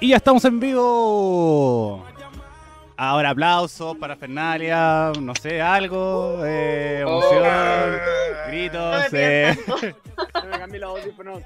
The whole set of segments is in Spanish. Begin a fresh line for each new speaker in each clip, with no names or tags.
Y ya estamos en vivo. Ahora aplausos, parafernalia, no sé, algo, eh, emoción, gritos. eh.
Se me cambié los audífonos.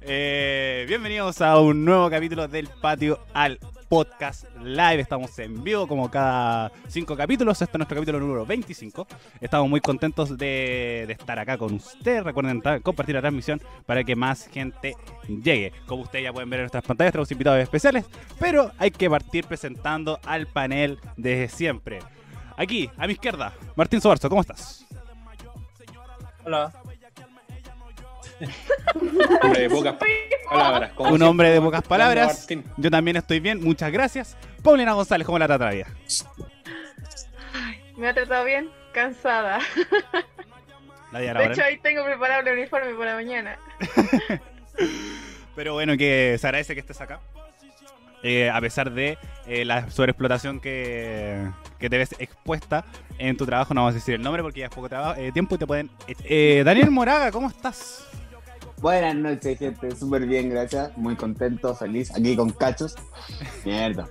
Eh, bienvenidos a un nuevo capítulo del patio al podcast live. Estamos en vivo como cada cinco capítulos. Este es nuestro capítulo número 25. Estamos muy contentos de, de estar acá con usted. Recuerden ta- compartir la transmisión para que más gente llegue. Como ustedes ya pueden ver en nuestras pantallas, tenemos invitados especiales. Pero hay que partir presentando al panel desde siempre. Aquí, a mi izquierda, Martín Sobarzo, ¿cómo estás?
Hola.
Hombre de pocas palabras. como
Un
siempre,
hombre de pocas palabras.
Martín.
Yo también estoy bien, muchas gracias. Paulina González, ¿cómo la trata
Me ha tratado bien, cansada.
La día
De
laboral.
hecho, ahí tengo preparado el uniforme para mañana.
Pero bueno, que se agradece que estés acá. Eh, a pesar de eh, la sobreexplotación que, que te ves expuesta en tu trabajo, no vamos a decir el nombre porque ya es poco trabajo, eh, tiempo y te pueden... Eh, Daniel Moraga, ¿cómo estás?
Buenas noches, gente. Súper bien, gracias. Muy contento, feliz. Aquí con cachos. Mierda.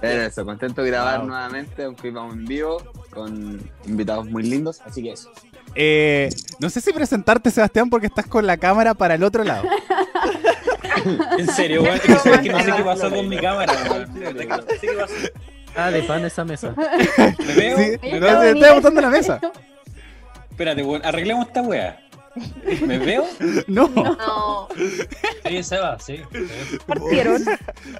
Pero eso, contento de grabar
Wow.
nuevamente, aunque vamos en vivo, con invitados muy lindos. Así que eso.
Eh, no sé si presentarte, Sebastián, porque estás con la cámara para el otro lado.
En serio, weón. Es que- es que no sé qué pasó con mi cámara, weón. De verdad que no sé qué pasó.
Ah, de fan esa mesa.
Me veo.
Sí,
Oye,
no,
está
se
bonita.
está botando la mesa.
Espérate, weón. Arreglemos esta weá. ¿Me veo?
No.
No,
Sí, Seba, sí. sí.
Partieron.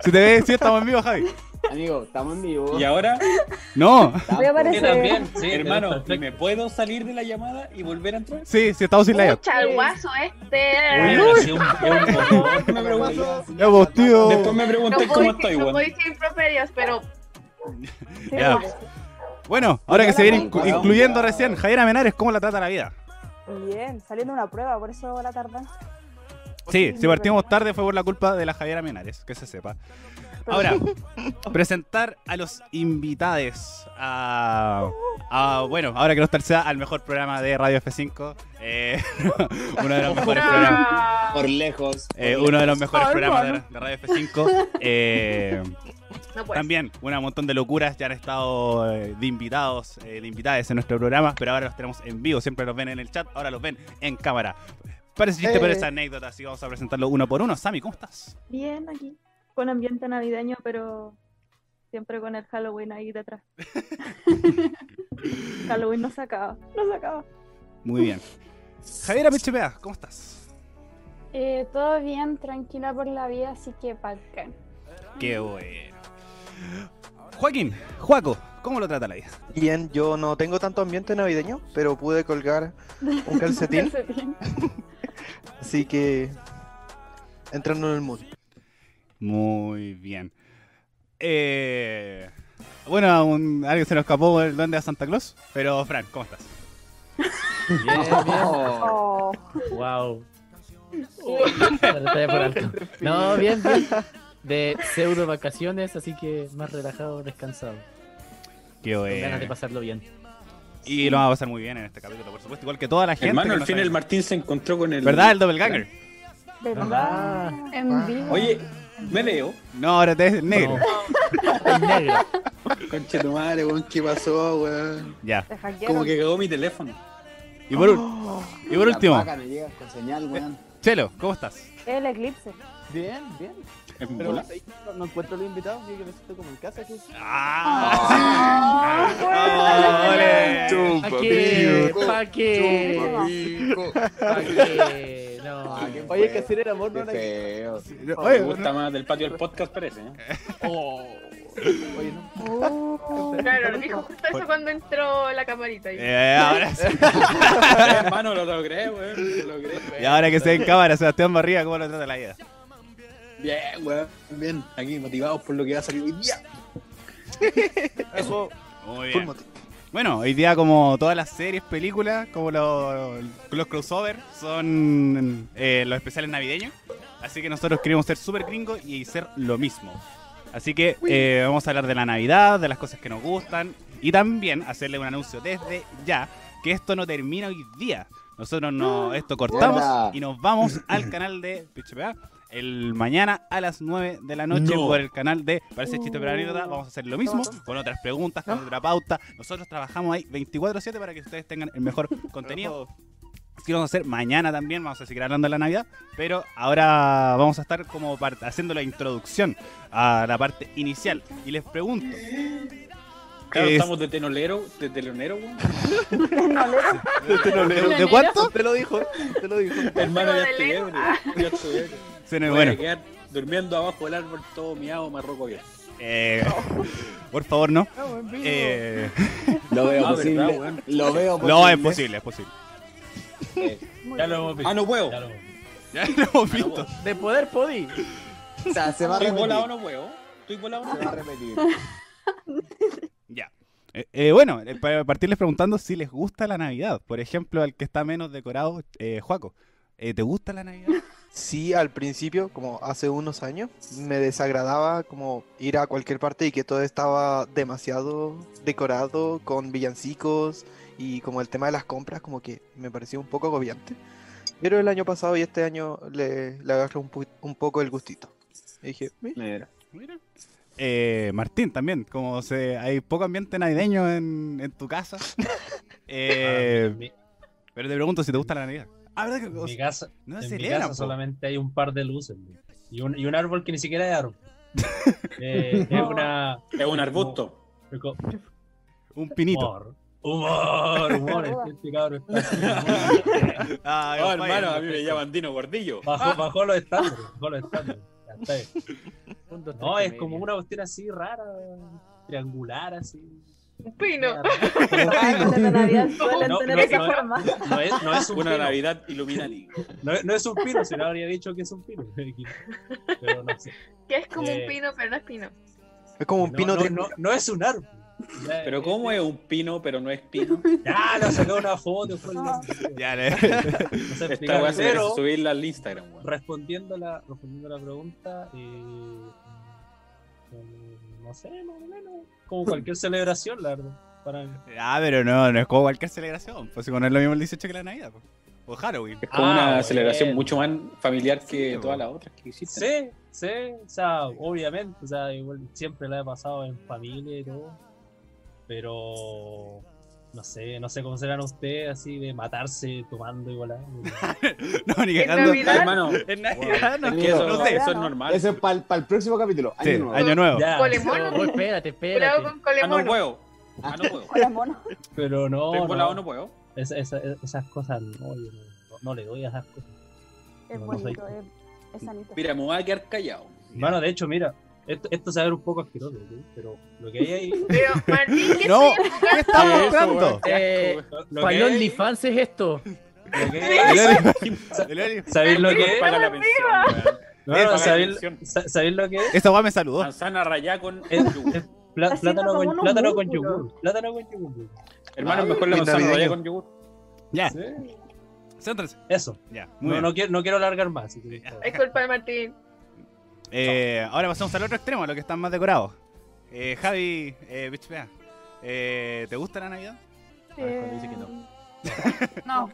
Si te ves, sí, estamos en vivo, Javi.
Amigo, estamos en vivo.
Ah,
Y ahora,
No.
Estamos-
Voy a aparecer.
Yo también, sí.
hermano,
perfecto.
¿me puedo salir de la llamada y volver a entrar?
Sí, sí, estamos sin layout.
pucha, el guaso
Weón,
este.
Bueno, sí, un, es un botón.
Me preguntó-
Ya, vos, tío.
Después me
No
pregunté cómo
puedo
estoy,
decir- no puedo
weón.
decir improperios, pero
Ya. Bueno, ahora que se viene inclu-
Hola,
incluyendo
hola.
recién, Javiera Menares, ¿cómo la trata la vida?
Bien, saliendo una prueba, por eso la tardanza.
Sí, si partimos tarde fue por la culpa de la Javiera Menares, que se sepa. Ahora, presentar a los invitados a, a- bueno, ahora que no está el SEA, al mejor programa de Radio F5, eh, uno de los mejores programas.
no,
Por lejos. por
eh,
lejos.
uno de los mejores
Ay,
programas de,
bueno.
de Radio F5. eh,
no puedo.
también, un montón de locuras ya han estado eh, de invitados, eh, de invitadas en nuestro programa, pero ahora los tenemos en vivo. Siempre los ven en el chat, ahora los ven en cámara. Parece chiste,
Eh.
pero esa anécdota, así que vamos a presentarlo uno por uno. Sami, ¿cómo estás?
Bien, aquí, con ambiente navideño, pero siempre con el Halloween ahí detrás. Halloween no se acaba, no se acaba.
Muy bien. Javiera Pechepea, ¿cómo estás?
Eh, todo bien, tranquila por la vida, así que bacán.
Qué bueno. Joaquín, Juaco, ¿cómo lo trata la vida?
Bien, yo no tengo tanto ambiente navideño, pero pude colgar un calcetín,
Calcetín.
así que entrando en el mood.
Muy bien. Eh, bueno, un- alguien se nos escapó el duende de Santa Claus, pero Fran, ¿cómo estás?
Oh,
Oh,
Wow. No, bien, bien. De pseudo vacaciones, así que más relajado, descansado.
Qué
Con ganas de
bueno.
pasarlo bien.
Y lo vamos a pasar muy bien en este capítulo, por supuesto, igual que toda la gente.
Hermano,
que
al
nos
fin
ha-
el Martín se encontró con el.
¿Verdad? El doppelganger. Ah,
¿verdad?
En vivo.
Oye, me veo.
No, ahora te es negro.
No, el negro.
Conche tu madre, weón, ¿qué pasó, weón?
Ya.
Te hackearon.
Como que cagó mi teléfono. Oh.
Y por, ul- y por
Oh, la
último,
paca, me llegas con señal, weón.
Chelo, ¿cómo estás?
El eclipse.
Bien, bien.
Pero ahí no- no encuentro los invitados, yo que me siento como en casa. ¿qué?
¡Ah! ¡Ole!
¿Pa' qué? ¿Pa' qué? ¿Pa' qué?
Ah, qué
Eh, No.
Oye,
feo,
que hacer el amor no
qué
era...
feo.
Me
Oye,
gusta más del patio del podcast, parece. ¿eh?
Oh.
Oye, no.
Claro, lo dijo justo eso cuando entró la camarita. ahí.
Eh, ahora sí.
Eh, hermano, lo logré, weón. Lo logré.
Y ahora que se en cámara, Sebastián Barriga, ¿cómo lo trata la vida?
Bien, weón. Bien. Aquí motivados por lo que va a salir hoy día.
Eso,
Muy
full
bien.
motivo.
Bueno, hoy día como todas las series, películas, como los, los crossovers, son eh, los especiales navideños. Así que nosotros queremos ser súper gringos y ser lo mismo. Así que eh, vamos a hablar de la Navidad, de las cosas que nos gustan y también hacerle un anuncio desde ya que esto no termina hoy día. Nosotros no, esto cortamos
Hola.
y nos vamos al canal de PCPA el mañana a las 9 de la noche
No.
por el canal de Parece Chiste pero
Uh.
Anécdota. Vamos a hacer lo mismo con otras preguntas, con otra pauta. Nosotros trabajamos ahí 24-7 para que ustedes tengan el mejor contenido. Así que vamos a hacer mañana también, vamos a seguir hablando de la Navidad, pero ahora vamos a estar como par- haciendo la introducción a la parte inicial. Y les pregunto,
Claro,
Es-
estamos de tenolero, de telonero, weón.
¿de cuánto?
Te lo dijo, te lo dijo.
Hermano, ya
de
estoy
lejos.
ebrio. Ya estoy ebrio.
Se
Voy
nos-
a
bueno,
quedar durmiendo abajo del árbol todo miado, marroco bien.
eh, por favor no. Eh,
Lo veo
Ah,
posible.
¿verdad, weón?
Lo veo posible.
no, es posible, es posible.
Ya lo hemos visto.
Ah, no huevo.
Ya lo hemos visto.
Ya lo hemos visto.
Ah, De poder, Podi.
O sea, se va a
¿Estoy volado o
repetir.
no huevo? ¿Estoy volado o no
Se va a
huevo?
repetir.
Ya. Eh, eh, bueno, eh, para partirles preguntando si les gusta la Navidad. Por ejemplo, al que está menos decorado, eh, Juaco. eh, ¿Te gusta la Navidad?
Sí, al principio, como hace unos años, me desagradaba como ir a cualquier parte y que todo estaba demasiado decorado con villancicos y como el tema de las compras, como que me parecía un poco agobiante. Pero el año pasado y este año le, le agarré un, pu- un poco el gustito. Y dije, "Mi,
Mira.
Mira. Eh, Martín, también, como se, hay poco ambiente navideño en, en tu casa. Eh,
mi,
pero te pregunto si te gusta la Navidad. Ah, ¿verdad que
en mi casa,
no
en
se
mi
celebra,
casa
po?
solamente hay un par de luces güey. y un, y un árbol que ni siquiera es árbol. Eh, es una.
Es un arbusto.
es como-
Un pinito.
Humor. Humor, humor. es que este cabrón está así, humor.
Ah,
Ah,
un
hermano,
fire.
a mí me llaman Dino Gordillo.
Ah.
Bajó, bajó los estándares. Bajó los estándares. Ya está bien.
Un, dos,
No,
tres,
es como
comedia.
una cuestión así rara, triangular, así.
Un pino.
de Ah, Navidad suelen
No,
tener
no,
esa
no.
forma.
No es, no es un
Una
pino.
Navidad Illuminati.
No, es- no es un pino, se le habría dicho que es un pino. Pero no sé.
Que es como
Eh.
un pino, pero no es pino.
es como un
No,
pino
no,
de
no, no es un árbol. Ya,
Pero
eh,
¿cómo es un pino, pero no es pino?
Ya, le sacó una foto. fue el-
Ah.
No.
Ya, le-
no sé
Esta weá
explicar.
se merece
Pero,
subirla al Instagram, weón.
respondiendo a la, respondiendo a la pregunta, eh, eh, no sé, más o menos. Como cualquier celebración, la verdad. Para mí.
Ah, pero no, no es como cualquier celebración. Pues si no es lo mismo el 18 que la Navidad.
pues.
po. O Halloween.
Es como
Ah,
una
bueno.
celebración mucho más familiar que
Sí,
todas
weón.
las otras que hiciste.
Sí, sí, o sea, obviamente, o sea, igual siempre la he pasado en familia y todo, pero no sé, no sé cómo serán ustedes así de matarse tomando igual. ¿ah?
No, ni
En
cagando.
Navidad.
Ah, hermano,
En Navidad, no,
es que eso,
no sé.
eso es normal.
Eso es para el, próximo capítulo.
Sí,
Año nuevo.
año nuevo.
Ya,
Colemono.
Oh, espérate, espérate.
Curado con
Ah, no
colemono.
puedo. Ah, no puedo.
Hola, mono.
pero
Estoy
no,
volado,
no,
no
pues, oh.
puedo.
esa- esa- esas cosas no, yo no, no le doy a esas cosas.
Es
No, no soy-
bonito, es, es sanito.
Mira, me voy a quedar callado.
Bueno, de hecho, mira, esto, esto se va a ver un poco asqueroso, ¿sí? pero lo que hay ahí...
Pero, Martín, ¿qué
No,
estoy
¿qué estamos hablando?
Eh,
lo- lo que
¿Para
hay-
OnlyFans es esto?
lo que hay-
El Oli- el Oli-
¿Sabéis lo que es?
Paga la pensión, weón.
No,
Paga la
¿sabéis-
pensión.
sa- ¿Sabéis lo que es?
Esa weá me saludó.
Manzana rayada con
Es-
yogur.
es pla-
Así
plátano,
como
con,
unos
plátano con
músculos.
yogur. Plátano con yogur.
Hermano, mejor la
Ay,
manzana
navideño.
rayada con yogur.
Ya,
Sí,
céntrense.
Eso.
Ya,
No,
muy bien.
no, quiero, no quiero alargar más. así que-
Es culpa de Martín.
Eh, ahora pasamos al otro extremo, a lo que están más decorados. Eh, Javi, eh, bitch, vea. Eh, ¿Te gusta la Navidad? A ver, Juan dice que no.
Em,
No,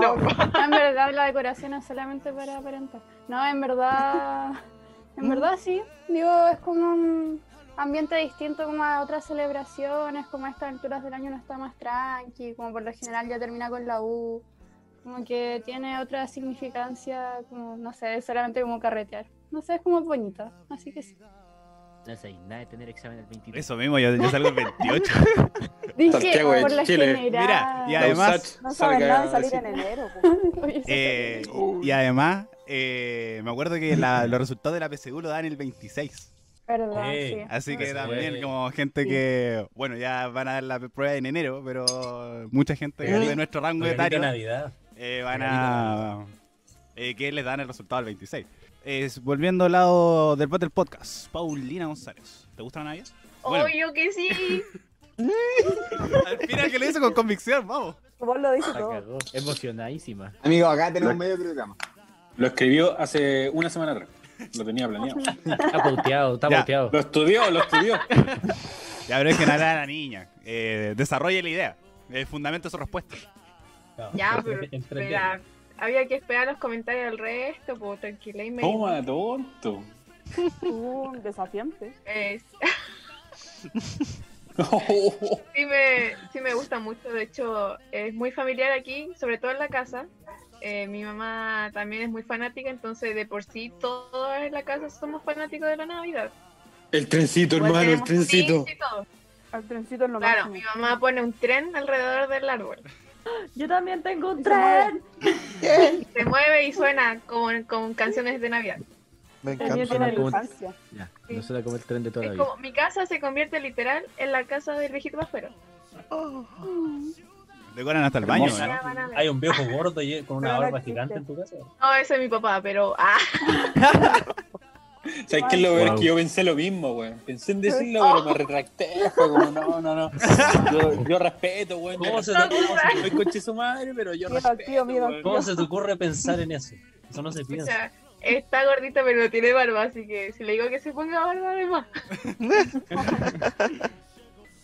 No.
en verdad la decoración es solamente para aparentar. No, en verdad,
¿Mm?
en verdad sí. Digo, es como un ambiente distinto como a otras celebraciones, como a estas alturas del año no está más tranqui, como por lo general ya termina con la U. Como que tiene otra significancia, como, no sé, solamente como carretear. No sé, es como bonito, así que sí.
No sé, nada de tener examen el 22.
Eso mismo, yo, yo salgo el 28.
Dije, ah,
Santiago de
por lo
Chile.
general.
Mira, y además,
La
No saben
USACH salga
nada de
a
salir
decir-
en enero. po.
pues.
Oye, eso
Eh, y además, eh, me acuerdo que la- los resultados de la PSU lo dan el 26.
es verdad,
Ey,
Ah, sí.
Así que
Eso
también
fue.
como gente
Sí.
que, bueno, ya van a dar la prueba en enero, pero mucha gente de nuestro rango
Regalito de
etario
Navidad.
eh, van
Regalito
a... eh, que les dan el resultado el 26. Es, volviendo al lado del del podcast, Paulina González. ¿Te gusta la Navidad? Bueno.
Obvio que sí.
Al final que lo hizo con convicción, vamos.
Vos lo dices
La
todo.
cagó. Emocionadísima.
Amigo, acá tenemos medio programa.
Lo escribió hace una semana atrás. Lo tenía planeado.
Está pauteado, está
Ya,
pauteado.
Lo estudió, lo estudió.
Ya, pero es que nada, la niña. Eh, desarrolle la idea. Eh, fundamento su respuesta.
No,
Ya,
entre-
pero.
entre-
espera, Había que esperar los comentarios del resto, pues tranquila y me.
Toma, tonto.
Uh, Un desafiante.
Es- sí, me, sí me gusta mucho, de hecho es muy familiar aquí, sobre todo en la casa. Eh, mi mamá también es muy fanática, entonces de por sí todos en la casa somos fanáticos de la Navidad.
El trencito,
Igual
hermano, el
tenemos
trencito.
trenes y todo.
Al trencito es lo
Claro,
máximo.
mi mamá pone un tren alrededor del árbol.
Yo también tengo un tren.
Se mueve y suena con, con canciones de Navidad.
Me
También
encanta.
tiene la
Como-
infancia.
Ya, no suena como el tren de toda la
Es
vida.
como, mi casa se convierte literal en la casa del viejito Pascuero.
Oh.
Decoran hasta el baño,
Hermosa.
¿no?
Van a ver.
Hay un viejo gordo y- con una
Pero no
barba
existe.
gigante en tu casa.
No, ese es mi papá, pero... ah.
¿Sabes qué es lo peor?
Wow.
Que yo pensé lo mismo, weón. Pensé en decirlo, pero me retracté. Fue como, no, no, no. Yo, yo respeto, weón.
¿Cómo se te
no,
ocurre?
Soy coche su madre, pero yo
Miedo al
respeto.
tío, miedo al
¿Cómo
tío.
se te ocurre pensar en eso? Eso no se
O
piensa.
sea, está gordita pero no tiene barba, así que si le digo que se ponga barba además.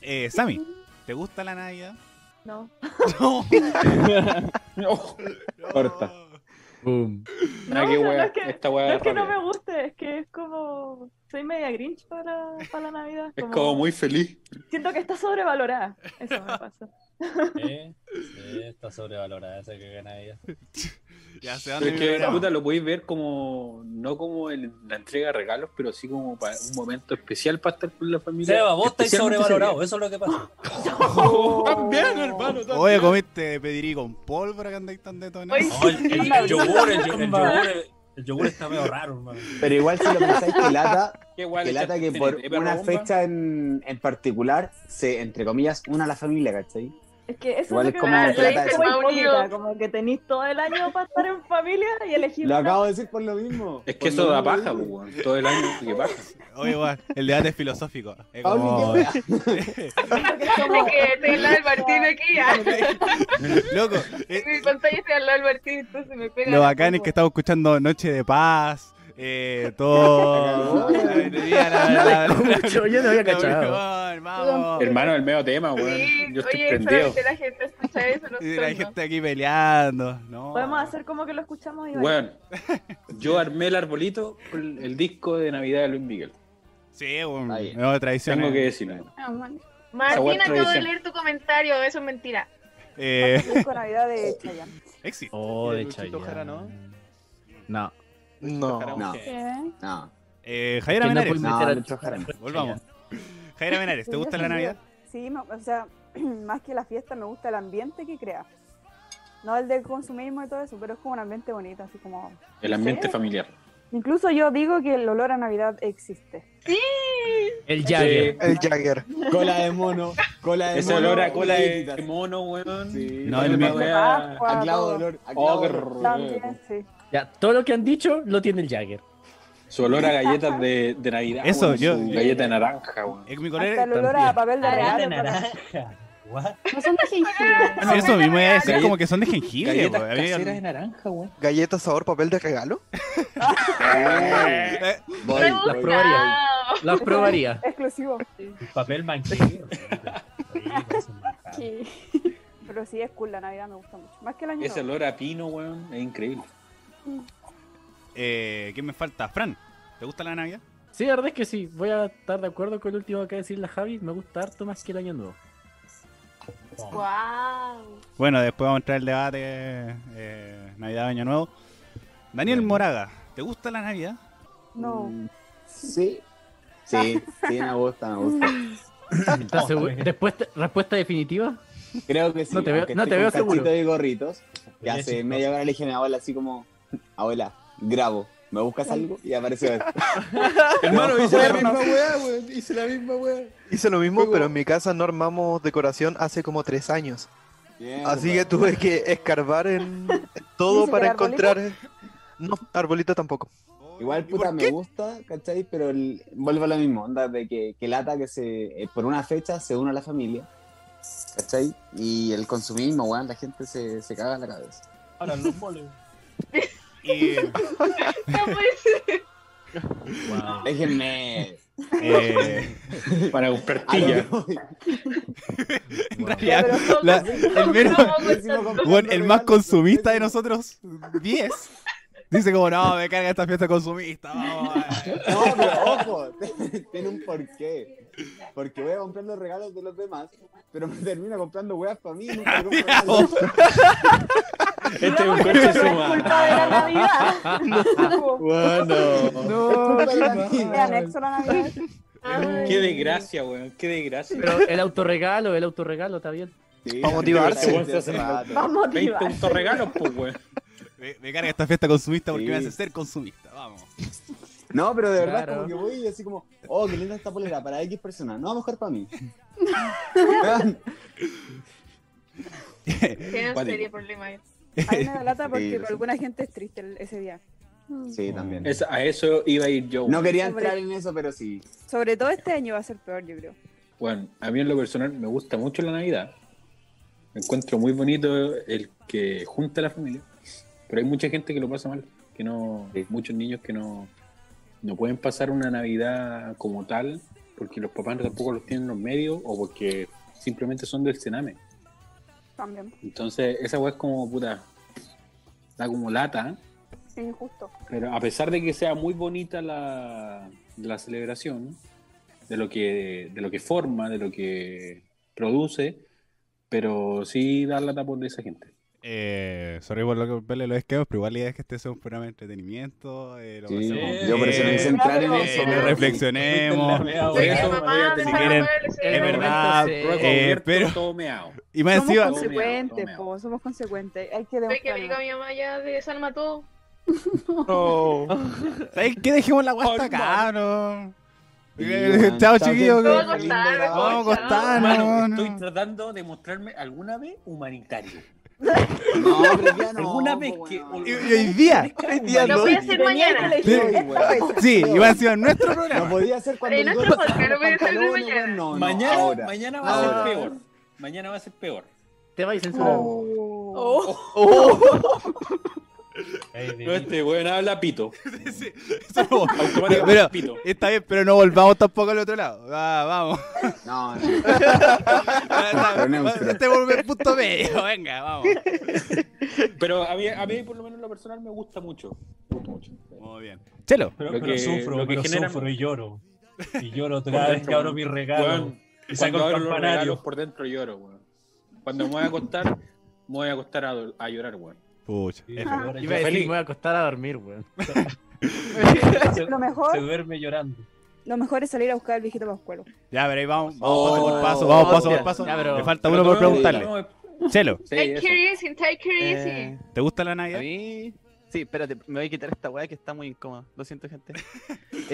Eh, Sammy, ¿te gusta la Navidad?
No.
No.
Corta.
Boom.
Ah, qué
o sea,
wea,
no es que,
esta wea
no es que no
rápida.
me guste, es que es como. Soy media grinch para, para la Navidad.
Es como muy feliz.
Siento que está sobrevalorada. Eso me pasa.
Eh, eh, está sobrevalorada esa que gana ella.
Ya se
Pero es que, puta, lo podéis ver como, no como el- la entrega de regalos, pero sí como para un momento especial para estar con la familia.
Seba, vos estáis
Especialmente ese
sobrevalorado,
día.
eso es lo que pasa.
También, hermano, también.
Oye, comiste pedirí con pólvora que andáis tan detonados.
No, el, el- el yogur, el, yo- el yogur, el yogur está medio raro, hermano.
Pero igual si lo pensáis, que lata,
Qué guay,
que, lata
echaste
que por
TNT, perro
una
bomba.
fecha en, en particular se, entre comillas, una a la familia, ¿cachai?
Es que eso
Igual
es lo
es
que
como
me da
la
rabia,
plata
es
de-
como hipócrita,
Mauricio.
como que tenéis todo el año para estar en familia y elegir
Lo
una-
acabo de decir por lo mismo.
Es que eso da paja, pues, weón. Todo el año que paja.
Oye, weón, el debate es filosófico. Es
Pablo,
como-
¿qué
porque es como-
que estoy al lado del Martín aquí, ah. ya.
Loco, eh,
En mi pantalla estoy al lado del Martín, entonces me pega.
lo bacán es que estamos escuchando Noche de Paz, eh, todo.
La
La alegría, la- la- la-
Yo, yo no había
la-
cachado.
weón, vamos.
Hermano, el medio
Ah,
tema, weón.
Sí,
Yo estoy
oye,
prendido.
solamente la gente escucha eso, no
Y la
sé.
gente aquí peleando. No.
Podemos hacer como que lo escuchamos y
Weón, yo armé el arbolito con el disco de Navidad de Luis Miguel.
Sí, weón. eh.
Ahí.
No, traición.
Tengo que decirlo.
Ah, bueno.
Martín,
Esa
acabo de
tradición.
leer tu comentario, eso es mentira.
Eh,
Con Navidad de Chayanne.
exit.
Oh, de
Luchito Jara, ¿no?
Chayanne. No.
No.
No,
¿Qué?
no.
Eh, Jaira
Que no
Menares.
podemos-
No, Lucho Jara no.
Volvamos. Jaira Menares, ¿te
Sí,
gusta
yo
la
sí,
Navidad?
Sí, me- o sea, más que la fiesta, me gusta el ambiente que crea. No el del consumismo y todo eso, pero es como un ambiente bonito, así como...
El ambiente familiar.
Incluso yo digo que el olor a Navidad existe.
El Jagger.
El Jagger.
Cola de mono, cola de
Ese
mono.
olor a cola de
chiquitita.
de mono, weón.
Sí.
No, el
Una
mío.
weá-
Pascua,
A clavo de
todo.
olor, a clavo de
Oh, qué
olor.
También, sí.
Ya, todo lo que han dicho lo tiene el Jagger.
Su olor a galletas de, de Navidad.
Eso,
weón,
yo-
su Galleta de naranja, weón.
Eh, mi
Hasta
colega
el olor a
también.
papel de
Arana,
regalo. para-
naranja. What?
No son de jengibre.
Ah, Eso mismo iba a decir
Gallet-
como que son de jengibre,
Galletas
weón. A mí-
caseras de naranja, weón.
Galleta sabor papel de regalo.
Eh,
Voy,
Las
voy.
probaría. Las probaría.
Exclusivo.
El papel manquillo. Rico, es un manjar.
Sí.
Pero sí es cool, la Navidad me gusta mucho. Más que el año
Ese
nuevo.
olor a pino, weón, es increíble.
eh, ¿Quién me falta? Fran, ¿te gusta la Navidad?
Sí, la verdad es que sí. Voy a estar de acuerdo con el último que decir la Javi. Me gusta harto más que el año nuevo.
Wow.
Bueno, después vamos a entrar al debate eh, Navidad, Año Nuevo. Daniel Moraga, ¿te gusta la Navidad?
No.
Mm, Sí. Sí, sí, me gusta, me gusta.
¿Estás seguro? Después, te- respuesta definitiva.
Creo que sí.
No te veo-
aunque
no
estoy
te
con
veo seguro.
cachito y gorritos. Que
Tenía
hace
chistoso.
media hora le dije a mi abuela así como, abuela, grabo. ¿Me buscas algo? Y apareció esto.
Hermano, hice
Bueno,
la misma weá, weón. Hice la misma weá.
Hice lo mismo, pero en mi casa no armamos decoración hace como tres años.
Eh,
Mierda.
Así que tuve que escarbar en en todo
¿Ni
para
siquiera
encontrar. No, arbolito tampoco.
Igual, puta, me gusta, ¿cachai? Pero el- vuelvo a lo mismo, onda, de que, que lata que se, eh, por una fecha se une a la familia, ¿cachai? Y el consumismo, weón, la gente se, se caga en la cabeza.
Ahora los moles.
Y,
No puede ser.
Déjenme.
eh,
Para comprar
a lo que
tilla.
voy.
En realidad,
pero somos- pues,
la- el, menos-
somos nosotros.
Bueno, el más consumista de nosotros, 10. Dice como, no, me carga esta fiesta consumista. vamos,
No, pero ojo, tiene un porqué. Porque voy a comprar los regalos de los demás, pero me termino comprando weas para mí. y Nunca me compro regalos.
Este es un coche suma.
culpa de la Navidad.
Mm.
No.
Es culpa de la
no.
Navidad. Es anexo a la Navidad.
Ah,
Qué desgracia, weón. Qué desgracia.
Pero el autorregalo, el autorregalo está bien.
Vamos a motivarse. Este weón se hace la-
Vamos a
20
motivarse.
autorregalos, pues, weón.
Me, me carga esta fiesta consumista porque
Sí.
me hace ser consumista. Vamos.
No, pero de verdad,
Claro.
como que voy y así como, oh, qué linda esta polera para X personas. No, mejor para mí.
Tienen
Cuático.
serio problema ahí.
A mí me da lata porque
Sí,
para alguna gente es triste el- ese día.
Sí, también.
Es- a eso iba a ir yo.
No quería
Sobre-
entrar en eso, pero sí.
Sobre todo este año va a ser peor, yo creo.
Bueno, a mí en lo personal me gusta mucho la Navidad. Me encuentro muy bonito el que junta a la familia. Pero hay mucha gente que lo pasa mal. Que no, Muchos niños que no, no pueden pasar una Navidad como tal porque los papás tampoco los tienen los medios o porque simplemente son del cename.
También.
Entonces, esa weá es como puta. Da como lata. ¿eh?
Es injusto.
Pero a pesar de que sea muy bonita la, la celebración, de lo, que, de lo que forma, de lo que produce, pero sí dar la tapón de esa gente.
Eh, sorry por lo que verle los esquemas, pero igual la idea es que este sea un programa de entretenimiento. eh, lo
Sí,
pasemos
yo por eso me
bien,
hice entrar en
eh,
eso,
lo
¿no?
reflexionemos.
Sí, por eso me voy a
si
tener-
quieren,
En
es
el
verdad.
momento se-
eh,
Roberto,
pero.
todo meao.
Y más
somos
encima.
consecuentes, po, somos consecuentes. Hay que
Ve que me diga
demostrar.
mi mamá ya desarma todo.
¿Sabes qué? Dejemos la
Oh,
guasta acá, no. Eh,
bueno,
Chao,
chao,
chiquillos.
gente.
que-
Vamos a acostar,
Vamos a acostar,
Hermano,
no, no.
estoy tratando de mostrarme alguna vez humanitario.
No, pero ya no,
Alguna vez que.
Y hoy día.
Hoy
día
Lo
no.
voy a hacer mañana.
Sí, sí, y va a ser nuestro
No
programa.
podía ser cuando
En
el
nuestro
gordo
podcast,
estaba
lo voy a hacer
pantalón,
mañana.
weón, no, no,
mañana,
ahora.
mañana va
Ahora. Oh.
a ser peor. Mañana va a ser peor.
Te vais a censurar.
Oh.
Oh.
No, este weón habla pito.
Pero, pero- está bien, pero no volvamos tampoco al otro lado. Va, vamos.
No,
no. Este vuelve el punto medio, venga, vamos.
Pero a mí, a mí, por lo menos en lo personal, me gusta mucho. Me gusta mucho.
Muy bien. Chelo.
Pero,
Lo
pero
que-
sufro,
lo que
pero
genera-
sufro y lloro. Y lloro
Por
cada vez
dentro,
que abro
weón.
mi regalo.
Weón,
y saco
cuando
el
abro los regalos
campanario.
por dentro lloro, weón. Cuando me voy a acostar, me voy a acostar a, do- a llorar, weón.
Pucha.
Y
F.
ahora
Yo
ya-
feliz.
Me voy a acostar a dormir, weón.
se,
Lo mejor-
se duerme llorando.
Lo mejor es salir a buscar al viejito Pascuero.
Ya, pero ahí vamos, vamos
Oh,
paso por paso, vamos paso por
hostia.
paso.
Ya, pero-
Le falta
pero
uno por
tomemos-
preguntarle. Chelo,
Take care easy, take care easy.
Eh,
¿te gusta la
Eh, A
Navidad?
mí... Sí, espérate, me voy a quitar esta weá que está muy incómoda. Lo siento, gente.
Eh.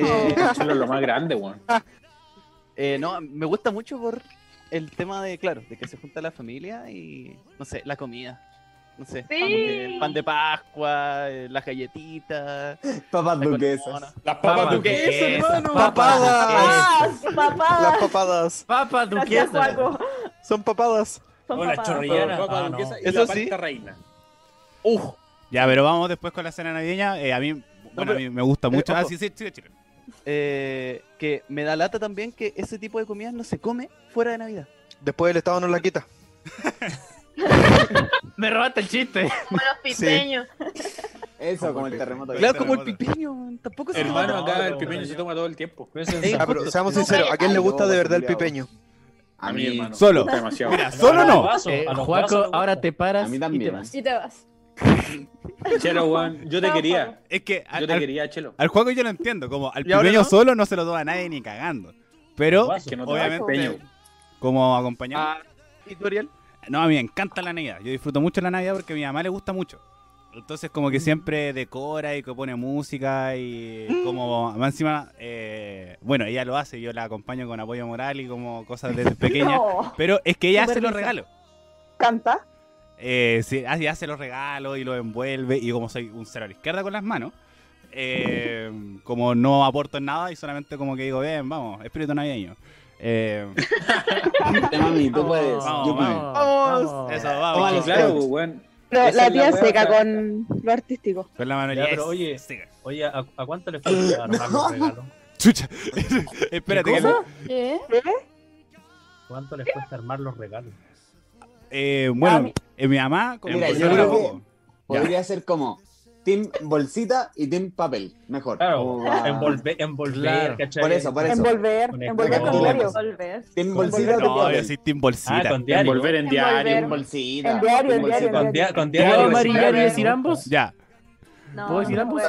Chelo es Oh. lo más grande, este weón.
Ah. Eh, no, me gusta mucho por el tema de, claro, de que se junta la familia y, no sé, la comida. No sé, como que el pan de Pascua, eh, las galletitas.
Papas
la
duquesas.
colmona.
Las
Papas duquesas, papas
Ah.
duquesas.
Las papadas.
Papas
duquesas. Gracias, Juaco.
Son papadas.
Son
Hola, papadas. chorrillana.
Papa
Ah, no.
duquesa y
Eso
la
sí.
palta reina.
Ya, pero vamos después con la cena navideña. Eh, a mí, bueno, a mí me gusta mucho.
Eh,
Ah,
ojo.
sí, sí, sí, sí.
Eh, que me da lata también que ese tipo de comidas no se come fuera de Navidad.
Después el Estado nos la quita.
Me robaste el chiste.
Como los pipeños.
Eso, como, el terremoto.
Claro, como el pipeño, weón, tampoco se
Hermano,
come.
acá el pipeño se toma todo el tiempo.
Ah, pero seamos sinceros, ¿a quién le gusta de verdad el pipeño?
A mí, hermano.
Solo.
Me gusta demasiado.
Mira, solo no.
Eh,
a los vasos
Juaco,
le
ahora te paras y te vas.
Y te vas.
Chelo, weón, yo te quería.
Es que
yo te quería, Chelo.
Al juego yo lo entiendo, como al
¿Y ahora
pipeño
no?
solo no se lo doy a nadie ni cagando. Pero,
Es que no te va el
obviamente,
pipeño.
como acompañado.
¿Y tú, Ariel?
No, a mí me encanta la Navidad. Yo disfruto mucho la Navidad porque a mi mamá le gusta mucho. Entonces como que siempre decora y que pone música y como más encima, eh, bueno, ella lo hace, yo la acompaño con apoyo moral y como cosas desde pequeña.
No.
Pero es que ella hace los
Supervisa.
regalos.
¿Canta?
Eh, sí, hace hace los regalos y los envuelve y como soy un cero a la izquierda con las manos, eh, como no aporto en nada y solamente como que digo, bien, vamos, espíritu navideño. Eh,
Mami, tú puedes.
Vamos,
yo puedo.
vamos. Eso,
Ah,
ah.
vamos.
Vamos a los
Claro,
Scouts.
weón.
Pero
Esa
la
es
tía
weá,
seca
claro.
con lo artístico.
Con la mano
Ya, pero oye, oye ¿a, a cuánto le falta para armar los regalos?
Chucha. Espérate, que
¿Qué cosa?
¿Qué?
¿Cuánto les cuesta armar los regalos?
Eh, bueno, eh, mi mamá... como
Mira,
que
yo
no
creo
la
que
pongo. Ya.
podría ser como Team Bolsita y Team Papel, mejor.
Claro,
Como va-
envolver, envolver,
Claro,
¿cachai?
Por eso, por eso.
Envolver, envolver con
Envolver.
diario.
Team Bolsita o Team
No, yo
Papel.
soy Team Bolsita.
Ah, con diario. Envolver en diario, Envolver. en
bolsita.
En diario, en
Con
diario, en
bolsita.
diario.
Con diario.
¿Puedo amarillar y decir ambos?
Ya.
¿Puedo decir ambos?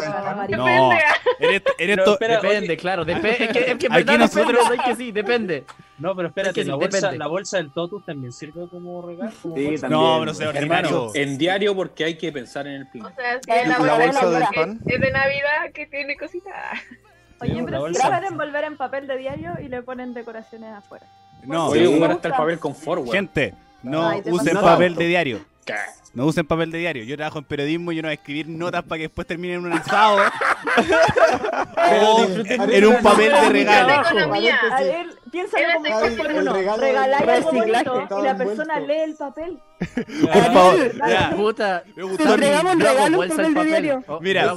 No. En esto- en esto-
Depende, claro. depe- es que, es que en
Aquí
verdad
nosotros-
nosotros hay que sí, depende.
No, pero espérate,
Es que sí,
la, bolsa,
depende.
la bolsa del Totus también sirve como regalo. como
Sí,
bolsa?
también.
No, pero sea ordinario.
Hermano, en diario porque hay que pensar en el plan.
O sea, si es la,
La
bolsa,
bolsa del
que-
pan.
es de Navidad que tiene cositas.
Oye,
la
pero si
bolsa.
pueden envolver en papel de diario y le ponen decoraciones afuera.
No,
Oye,
sí.
jugar hasta el papel con forward.
Gente, no
Ay, te
usen
pasó.
papel
No
de diario. No usen papel de diario. Yo trabajo en periodismo y yo no voy a escribir notas para que después terminen en un asado. o en un papel de regalo.
A ver, piénsalo como
Ay,
por
el
uno.
regalo
Regaláis
del
algo
reciclaje.
bonito y
Todo
la
envuelto.
persona lee el papel.
Por favor,
Dale,
ya.
Puta.
gustó entregamos mi- regalos
por el diario.
Mira,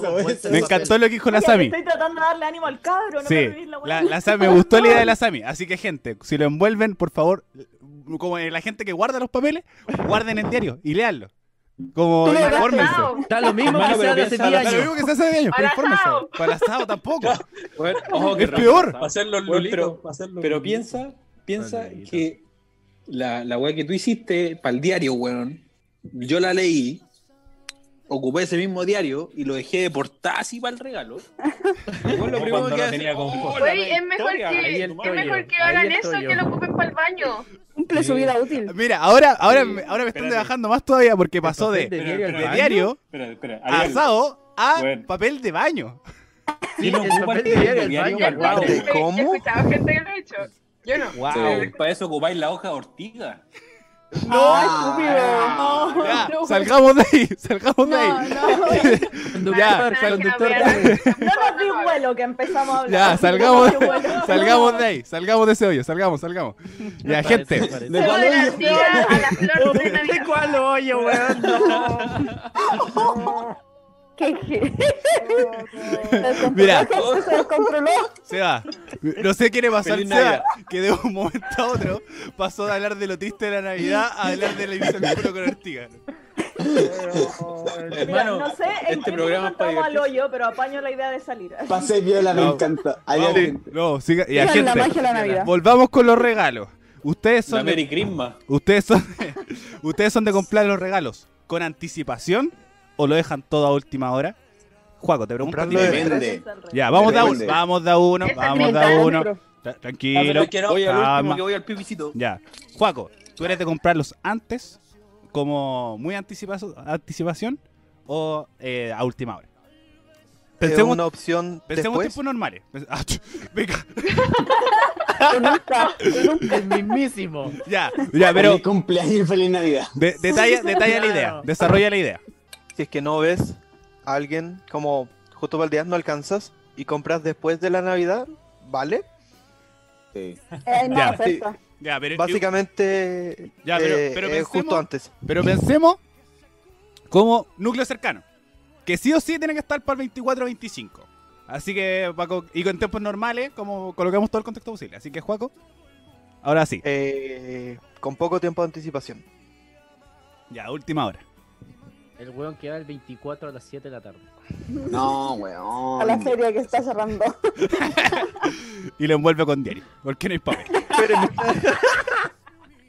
me encantó lo que dijo la
Oye,
Sami.
Estoy tratando de darle ánimo al cabro, no
Sí,
me vivís la
la,
weá.
la Sami- me gustó la idea de la Sami. Así que, gente, si lo envuelven, por favor, como la gente que guarda los papeles, guarden el diario y leanlo. Como
Tú lo
infórmense.
gastaste. Da lo mismo que Hermano, sea pero de hace piensa- 10 años.
Da lo mismo que sea hace 10 años, pero
Para el
infórmense.
asado.
Para el asado tampoco.
Bueno, ojo, que
Es peor.
Para hacer
los
Bueno,
lulitos,
pero-
para hacer los
Pero
lulitos.
piensa, piensa que la, la weá que tú hiciste para el diario, weón, yo la leí, ocupé ese mismo diario y lo dejé de portar así para el regalo. Y vos lo primero
cuando
que
no
haces,
tenía confort.
"Hola,
Güey, es mejor
historia". Ahí
que,
el
es
toyo,
mejor que
ahí
hagan
el
eso
toyo.
que lo ocupen para el baño.
Cumple su vida útil.
Mira, ahora, ahora, me- ahora me están bajando más todavía porque pasó de,
de
de
diario al
diario,
baño? Espera, espera, hay algo.
asado a
Bueno.
papel de baño.
Sí, no ocupa el diario, el diario
baño,
para el
guau.
baño.
¿Cómo? He escuchado gente que lo ha hecho. Yo no.
Wow. Para eso ocupáis la hoja de ortiga.
No,
estúpido.
Ya, salgamos de ahí, salgamos de ahí. ya, conductor,
No nos di vuelo que empezamos a hablar.
ya,
No
salgamos,
nos di vuelo.
salgamos de ahí, salgamos de ese hoyo, salgamos, salgamos. Ya, gente.
¿De cuál hoyo?
¿De cuál hoyo, weón?
¿Qué? qué?
Mira.
Se descontroló.
Seba, no sé qué le pasó al
Feliz
Seba,
Navidad.
que de un momento a otro pasó de hablar de lo triste de la Navidad a hablar de la Ibiza en el culo con ortiga.
Mira,
Hermano,
no sé en
este
qué
programa
momento
es para
estamos al
divertirse.
hoyo, pero apaño la idea de salir.
Pasé viola, me
No.
encanta. Ahí
Vamos,
hay gente.
no, siga, ya,
Sigan la
gente,
magia de la Navidad.
Volvamos con los regalos. Ustedes son
La Merry Christmas.
ustedes son ustedes son de comprar los regalos con anticipación o lo dejan todo a última hora. Juaco, te pregunto. a ti.
Comprarlo Depende.
Ya, vamos de a uno,
Depende.
vamos de a uno,
Esa
vamos de a
tristeza.
uno. Tra- Tranquilo.
Oye, al último
calma.
que voy al pipicito.
Ya. Juaco, ¿tú eres de comprarlos antes, como muy anticipa anticipación, o eh, a última hora?
Pensemos, una opción
Pensemos
después.
tiempos normales. Pens- Ah, ch- venga.
El mismísimo.
ya, ya, pero.
Feliz cumpleaños y feliz Navidad.
de- detalla, detalla la idea.
Claro.
Desarrolla la idea.
Si es que no ves a alguien como justo para el día no alcanzas y compras después de la Navidad, ¿vale?
Sí.
no,
ya.
acepta.
Ya, pero.
Básicamente
Ya, pero-
eh,
pero
eh,
pensemos-
justo antes.
Pero pensemos como núcleo cercano. Que sí o sí tiene que estar para el 24 o 25. Así que, Paco, y con tiempos normales, como colocamos todo el contexto posible. Así que, Juaco, ahora sí.
Eh, con poco tiempo de anticipación.
Ya, última hora.
El weón que va el 24 a las 7 de la tarde.
No, weón.
A la feria que está cerrando.
Y lo envuelve con diario. Porque no hay papel.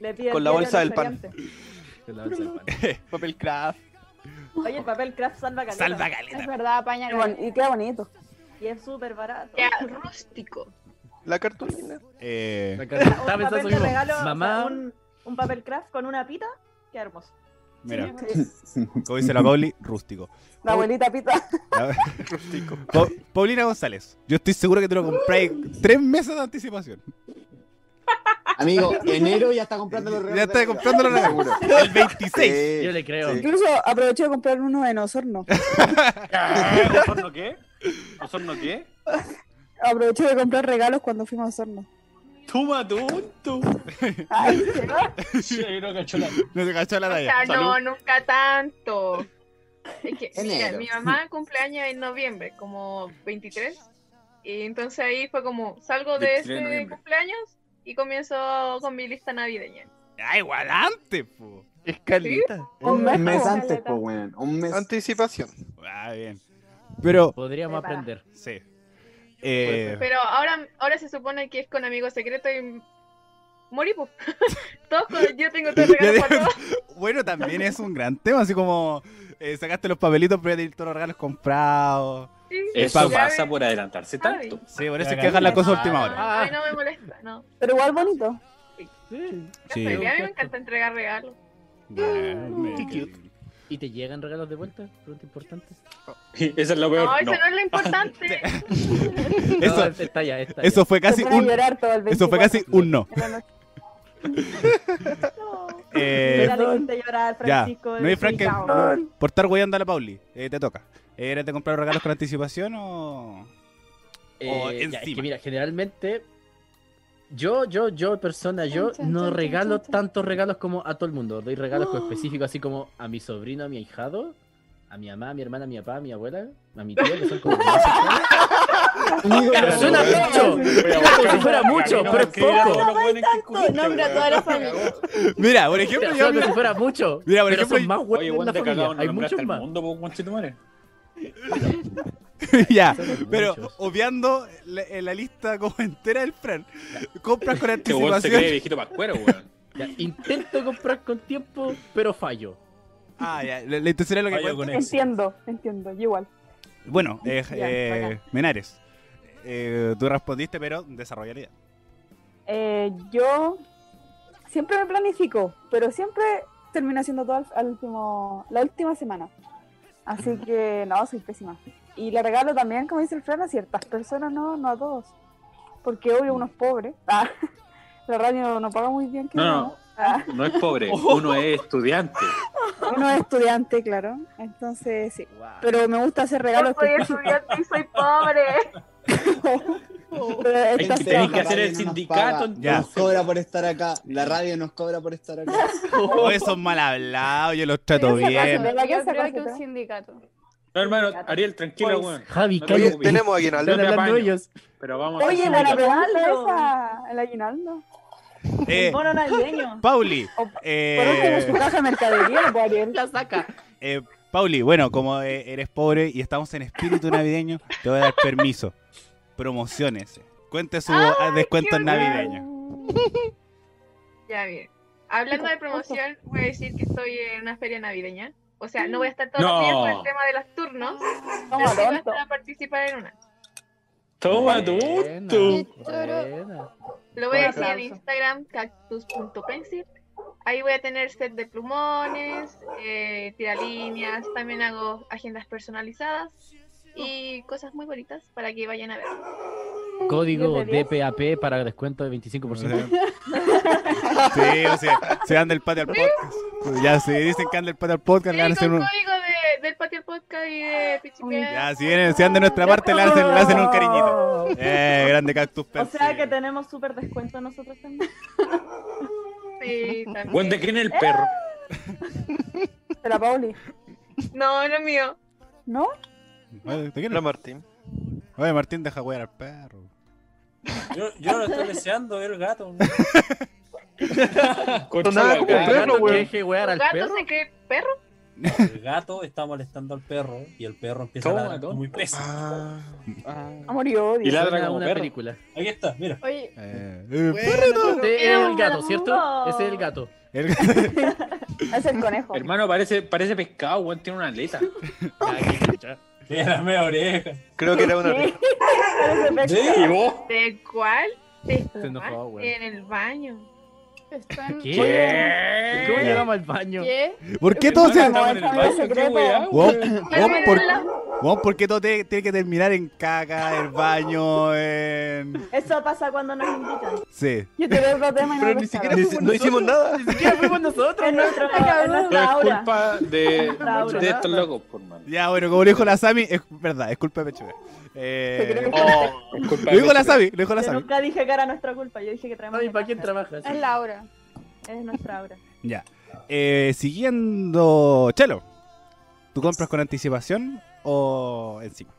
Le pide
Con la
el
bolsa
diario
del
al
pan.
papel craft.
feriante. Oye, el papel craft salva caleta.
Salva caleta.
Es verdad, apaña.
Qué bon- Y queda bonito. Y es súper barato.
Ya, rústico.
La cartulina.
Eh,
Un papel de regalo, Mamá. un, un papel craft con una pita, qué hermoso.
Mira,
Sí.
como dice la Pauli, rústico.
La abuelita pita.
La- Pa- Paulina González, yo estoy seguro que te lo compré tres meses de anticipación.
Amigo, enero ya está comprando los regalos.
Ya está comprando los regalos.
Seguro.
El 26.
Yo le creo.
Incluso aproveché de comprar uno en Osorno.
¿Osorno qué? ¿Osorno qué?
Aproveché de comprar regalos cuando fuimos a Osorno.
¡Tuma tonto!
Ay,
No se cachó la talla.
Ah, no,
Salud.
nunca tanto. Es que, mira,
Enero.
mi mamá cumpleaños en noviembre, como 23. Y entonces ahí fue como, salgo de
23 de
ese
noviembre.
cumpleaños y comienzo con mi lista navideña.
Ah, igual antes, po.
Es calita.
Un mes, antes, pues, weón. Un mes.
Anticipación.
Ah, bien. Pero.
Podríamos
Preparada.
aprender.
Sí. Eh,
Pero ahora, ahora se supone que es con amigo secreto y. Moripo. Todos con- yo tengo todo regalo para todos.
bueno, también es un gran tema, así como eh, sacaste los papelitos, pero ya tenés todos los regalos comprados.
Sí.
Eso
Pablo.
pasa por adelantarse
Ay.
tanto.
Sí, por eso es que dejar la cosa a última hora.
Ay, no me molesta, no.
Pero igual bonito.
Ya sabía, A mí me encanta entregar regalos.
¿Y te llegan regalos de vuelta? Pregunta importante.
Esa es la peor.
No, eso no, es lo importante.
Eso-
eh,
eso fue
Te
casi
pone a
un.
llorar todo el
Eso fue casi
24.
un no. Eh,
Mira, le hiciste llorar,
Ya,
Francisco.
no hay
eres
Frank que-
ubicado.
Por estar weyando a la Pauli, eh, te toca. ¿Era de comprar regalos con anticipación o.? o
Eh, ya, es
Oh, encima?
que mira, generalmente yo, yo, yo, persona, yo
Chan, chan,
no
chan,
regalo
chan, chan.
tantos regalos como a todo el mundo. Doy regalos
Oh.
específicos así como a mi sobrino, a mi ahijado, a mi mamá, a mi hermana, a mi papá, a mi abuela, a mi tía, que son como... Pero suena mucho, como si fuera mucho, pero es poco.
Nombra a toda la familia.
Mira, por ejemplo,
Mira,
yo.
como si fuera mucho.
Mira, por
Pero
ejemplo,
son más
yo-
huevos en la familia, hay muchos más.
ya, pero obviando la, eh, la lista como entera del Fran, compras con
Este weón se cree
anticipación.
viejito pascuero, weón.
Ya, intento comprar con tiempo, pero fallo.
Ah, ya, la, la intención es lo que cuenta.
Entiendo, entiendo, yo igual.
Bueno, eh,
Ya,
eh, Menares, eh, tú respondiste, pero desarrolla la idea.
Eh, yo siempre me planifico, pero siempre termino haciendo todo al, al último, la última semana. Así que no, soy pésima. Y le regalo también, como dice el Fran, a ciertas personas, no, no a todos. Porque obvio uno es pobre. Ah, la radio no paga muy bien. que
No, no.
digamos. Ah,
No es pobre, uno es estudiante.
uno es estudiante, claro. Entonces sí. Pero me gusta hacer regalos.
Yo soy estudiante y soy pobre.
Pero
que
estas-
tenéis que hacer
radio
el
no nos
sindicato,
paga,
Ya.
Nos cobra por estar acá. La radio nos cobra por estar acá.
Oh, esos mal hablados, yo los trato bien.
Yo creo que un sindicato.
No, hermano, Ariel, tranquilo,
Oye,
weón.
Javi,
No te
cállate.
preocupes.
Tenemos a quien
Yo
hablar.
te
Están hablando
apaño.
ellos.
Pero vamos a
Oye,
hacer
buena
un-
pregunta esa, el aguinaldo.
Eh,
Bono navideño.
Pauli,
Por último,
eh,
su caja de mercadería, pues, Ariel.
La saca.
eh, Pauli, bueno, como eh, eres pobre y estamos en espíritu navideño, te voy a dar permiso. Promociones. Cuente su ah, descuento navideño.
Ya, bien. Hablando de promoción, voy a decir que estoy en una feria navideña. O sea, no voy a estar todos los días
No.
por el tema de los turnos, pero sí
Tonto.
voy a estar a participar en una.
Toma tú, tú.
Lo voy a decir en
Aplauso.
Instagram, cactus.pencil. Ahí voy a tener set de plumones, eh, tiralíneas, también hago agendas personalizadas y cosas muy bonitas para que vayan a ver.
Código
¿Diez de diez?
DPAP para descuento de 25%.
Sí, o sea, se dan del patio al podcast. Ya, si dicen que andan del patio al podcast, le van a
Y
hacer
con
un.
código de- del patio del podcast y de Pichipián.
Ya, si, vienen, si andan de nuestra parte, le hacen, le hacen un cariñito. Eh, grande Cactus
O
Pepsi.
sea que tenemos súper descuento nosotros también. Eh,
Sí, también.
Weón, ¿de quién es el perro?
De la Pauli.
No, no es mío.
¿No?
Oye, ¿te quiero?
Martín.
Oye, Martín, deja huear al perro.
Yo, yo lo estoy deseando, el gato. Ah,
Sonaba como un perro, weón.
¿Un gato se cree perro?
El gato está molestando al perro y el perro empieza
Toma,
a ladrar
toma.
muy pésimo.
Ah.
Amor y odio.
Y ladra
Suena
como
una
perro.
película.
Ahí está, mira.
Oye,
Eh,
Este es el gato, ¿cierto? Ese es el gato.
Es el conejo.
Hermano, parece, parece pescado, weón, tiene una aleta.
Tiene la media oreja.
Creo que era una
oreja.
¿y vos?
¿De cuál? ¿De cuál?
enojó, güey.
En el baño.
¿Qué? ¿Cómo llegamos al baño?
¿Qué?
¿Por qué todos se- Weón, weón,
Pero
por,
la-
weón, ¿por qué todo te- tiene que terminar en caca, el baño, en...
Eso pasa cuando nos invitan.
Sí.
Yo te veo otro tema y no
Pero
lo
ni
sabes.
siquiera fuimos No hicimos nosotros. nada.
Ni siquiera fuimos nosotros.
En nuestro, en
No
nuestra
es
aura.
culpa de,
Laura.
de estos locos, por mano.
Ya, bueno, como lo dijo la Sami, es verdad, es culpa de PHB.
Te
Eh,
creo que-
oh,
culpa
lo dijo
de
la
PHB.
Sami, lo dijo la
Yo
Sami.
nunca dije que era nuestra culpa, yo dije que traemos.
¿Y para quién trabajas?
es la hora.
Es nuestra aura.
Ya. Eh, siguiendo, Chelo, ¿tú compras con anticipación o encima?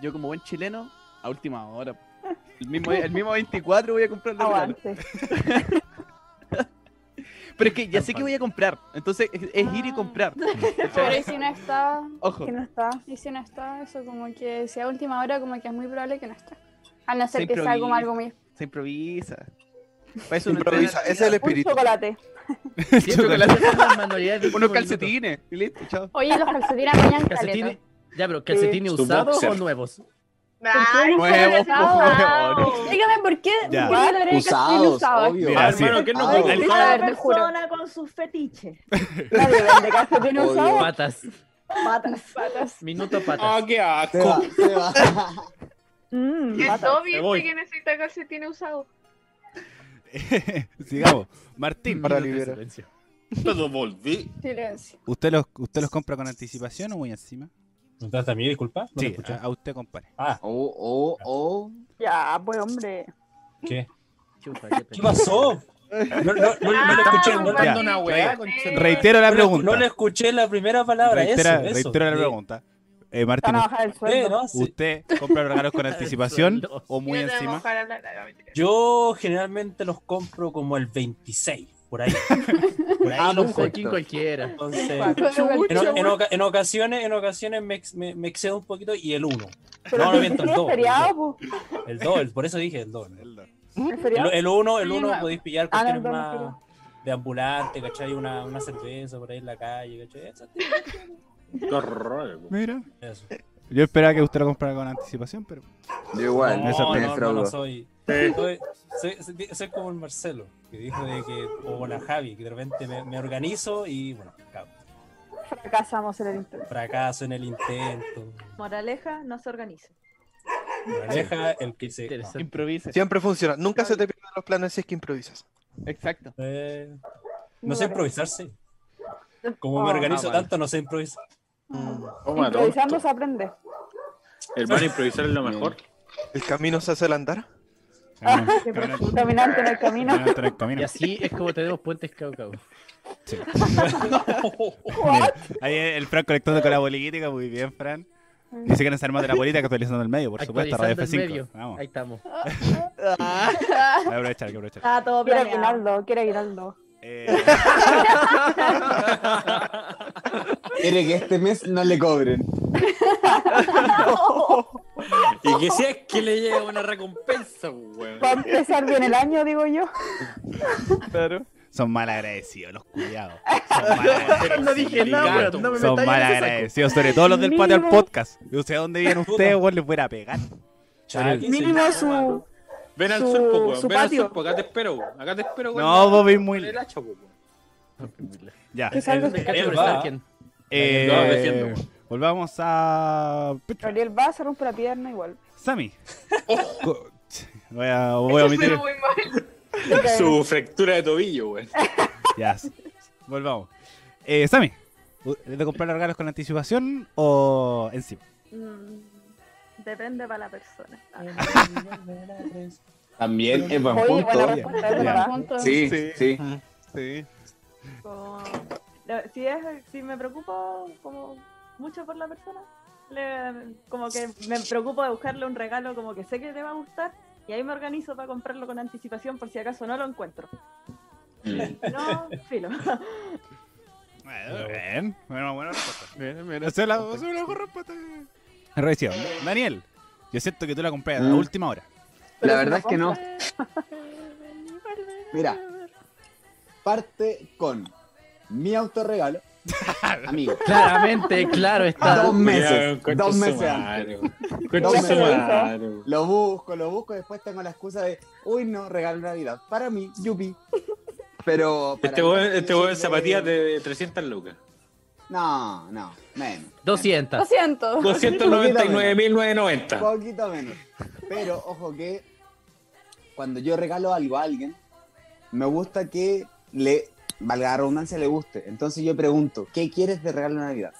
Yo como buen chileno, a última hora. El mismo, el mismo 24 voy a comprar los regalos. Pero es que ya sé que voy a comprar. Entonces es, es ir y
Ah.
comprar.
Pero y si no está.
Ojo.
Que no está. Y si no está, eso como que si a última hora, como que es muy probable que no esté. A no ser que sea como algo muy.
Se improvisa. Para eso
Improvisa, ese es el espíritu.
Un chocolate.
Unos calcetines. Y listo, chao.
Oye, los calcetines mañana
Calcetines.
caleta.
Ya, pero calcetines
Tu
usados o
boxer.
nuevos.
Ay,
Nuevos,
calzado.
nuevos.
Dígame por qué.
Ya.
¿por qué no eres calcetín
Usados,
usado?
obvio.
Ah,
Mira, sí.
hermano, ¿qué no
Ay,
puedo-
cada
A ver, te juro.
persona con sus fetiches.
Nadie vende calcetines
Obvio.
usados.
Patas.
Patas, patas.
Minuto patas.
Ah,
qué asco.
Mm,
Es
Me
obvio
voy.
que necesita calcetín usado.
Sigamos. Martín.
Para
minuto de
liberar.
silencio.
Pero volví.
Silencio.
¿Usted los, ¿Usted los compra con anticipación o muy encima?
¿Preguntaste a mí, disculpa? No te
Sí,
escuché.
a, a usted, compadre.
Ah.
Oh, oh, oh.
Ya, pues hombre.
¿Qué? ¿Qué pasó? No, no, no, no le escuché, no entiendo
Ya.
Ah, una weá, conche-
Reitero la
No le-
pregunta.
No le escuché la primera palabra,
Reitera,
eso, eso.
reitera la
Sí.
pregunta. Eh, Martín,
Van a bajar el sueldo. Eh, no, sí.
¿usted compra los regalos con anticipación o
Yo
muy
te voy a
encima?
mojar a la- la- la- mentira.
Yo generalmente los compro como el 26, por ahí. Por ahí
Ah,
los compro.
un Joaquín cualquiera.
Entonces, en,
Chucha.
en oca- en ocasiones, en ocasiones me, ex- me- me excedo un poquito y el 1.
Pero
No, no miento, el
es
2.
feriado, po.
El 2, por eso dije el 2.
¿Es feriado?
El 1, el
Sí,
1
no.
podéis pillar
Ah, no,
cuestiones
el dos no es
más
feriado.
de ambulante, ¿cachai? Una, una cerveza por ahí en la calle, ¿cachai? Eso, tío.
Mira.
Eso.
Yo esperaba que usted lo comprara con anticipación, pero.
Yo igual,
No,
me sorprende
no, no,
Frodo.
no soy. Soy, soy- soy- soy como el Marcelo, que dijo de que, o la Javi, que de repente me, me organizo y bueno, cago.
Fracasamos en el intento.
fracaso en el intento.
Moraleja, no se organiza.
Maneja el que se no.
improvisa.
Siempre funciona. Nunca se te pierden los planes si es que improvisas.
Exacto.
Eh, no sé improvisarse. Como me
Ah,
organizo
ah, vale.
tanto, no sé improvisar.
Mm.
Toma,
Improvisando se aprende.
Hermano, improvisar es lo mejor.
El camino se hace al andar.
Ah,
Ah.
Qué profundo. Caminante en el camino.
Y así es como tenemos puentes caucao.
Mira, ahí el Fran conectando con la política, muy bien, Fran. Dice que no se arma de la política que actualizando el medio, por supuesto, Radio
Actualizando
F5.
el medio.
Vamos,
Ahí estamos.
hay que Ah. aprovechar, hay que aprovechar. Eh.
Ah, todo quiere Aguinaldo, quiere Aguinaldo.
Quiere que este mes no le cobren.
Y que si es que le llega una recompensa, weón.
Va a empezar bien el año, digo yo.
Claro. Son mal agradecidos los culiados.
No dije nada, weón, no me
Son
metáis en
mal
ese saco.
agradecidos, sobre todo los del patio al podcast. Yo sé dónde vienen ustedes, weón, les voy a ir a pegar.
Mínimo su.
Ven al
Su-
sur, po, weón.
su
Ven al
patio.
sur, po. Acá te espero, weón. Acá te espero, weón.
No, vos veis muy-
Con el hacha, po, weón.
Ya.
Que salga su-
Él va.
Eh,
No, defiendo.
volvamos a.
Gabriel va, se rompe la pierna igual.
Sammy. Co- Voy a, voy a omitir.
Su fractura de tobillo, weón.
Ya. Volvamos. Eh, Sammy, ¿es ¿de comprar los regalos con anticipación o encima?
Mm, depende para la persona.
Eh,
También es buen
Oye,
punto.
buena respuesta, es buen
Ya.
punto.
Sí,
Sí.
sí.
Sí.
Como- lo- si, es, si me preocupo como mucho por la persona, le- como que me preocupo de buscarle un regalo como que sé que le va a gustar y ahí me organizo para comprarlo con anticipación por si acaso no lo encuentro.
Mm.
No, filo.
Bueno, bien. Bueno, buena respuesta. Bien, bien. Esa es la- esa es la mejor respuesta. Revisión. Daniel, yo siento que tú la compré a la
Mm.
última hora.
La verdad es que no. Mira, parte con mi autorregalo. Amigo.
Claramente, claro está.
Dos
Mira,
meses.
concha
dos
su
meses.
madre,
antes.
Concha
Dos
su
meses
madre,
antes. Lo busco, lo busco. Después tengo la excusa de, uy, no, regalo de Navidad. Para mí, yupi. Pero. para
Este
mí,
weón este weón en zapatillas de 300 lucas.
No, no, menos.
200.
200.
299.990.
Poquito menos. Pero ojo que cuando yo regalo algo a alguien, me gusta que le, valga la redundancia, le guste. Entonces yo pregunto, ¿qué quieres de regalo de Navidad?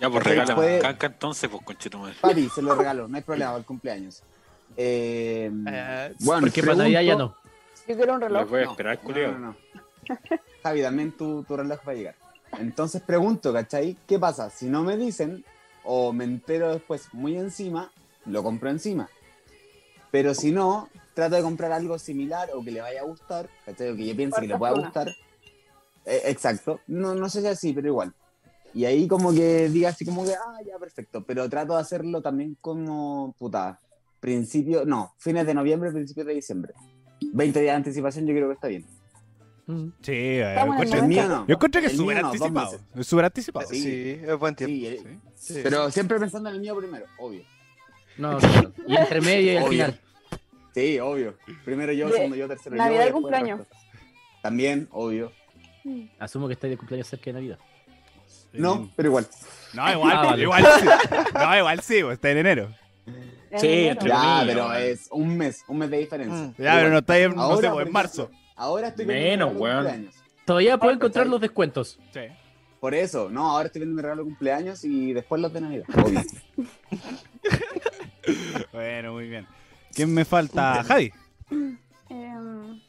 Ya, pues
Porque
regala
puede-
caca entonces, pues conchetumadre.
Papi, se lo regalo, no hay problema, para el cumpleaños. Eh, bueno,
porque para Navidad ya no.
Yo quiero un reloj.
Les voy a esperar, culiao. Javi, también tu, tu reloj va a llegar. Entonces pregunto, ¿cachai? ¿Qué pasa? Si no me dicen o me entero después muy encima, lo compro encima. Pero si no, trata de comprar algo similar o que le vaya a gustar, ¿cachai? O que yo piense que le pueda
Por
gustar. Eh, exacto. No, no sé si así, pero igual. Y ahí como que diga así como que, ah, ya, perfecto. Pero trato de hacerlo también como, puta, principio, no, fines de noviembre, principios de diciembre. 20 días de anticipación yo creo que está bien.
Sí, eh,
Estamos en
encuentro-
el mío no.
yo encuentro que es
El mío
súper
no, dos
anticipado.
meses.
Es súper anticipado.
Sí,
es buen tiempo.
Sí.
Pero siempre pensando en el mío primero, obvio.
No, claro. Y entre medio y al
Obvio.
final.
Sí, obvio. Primero yo,
De
segundo yo, tercero yo.
Navidad y
después
cumpleaños.
el resto. También, obvio.
Asumo que estáis de cumpleaños cerca de Navidad.
No, pero igual.
No, igual,
Ah, vale.
igual sí. No, igual sí, pues, está en enero. Sí, entre
Ya,
comillas,
pero eh.
bueno.
es un mes, un mes de diferencia.
Ya, pero no está en, no
Ahora,
sé,
por
pues, en marzo.
Ahora estoy
Menos,
mi regalo de
weón.
Ah,
Todavía puedo encontrar los descuentos.
Sí.
Por eso, no, ahora estoy viendo mi regalo de cumpleaños y después los de Navidad. obvio.
Bueno, muy bien. ¿Quién me falta? Javi.
Em,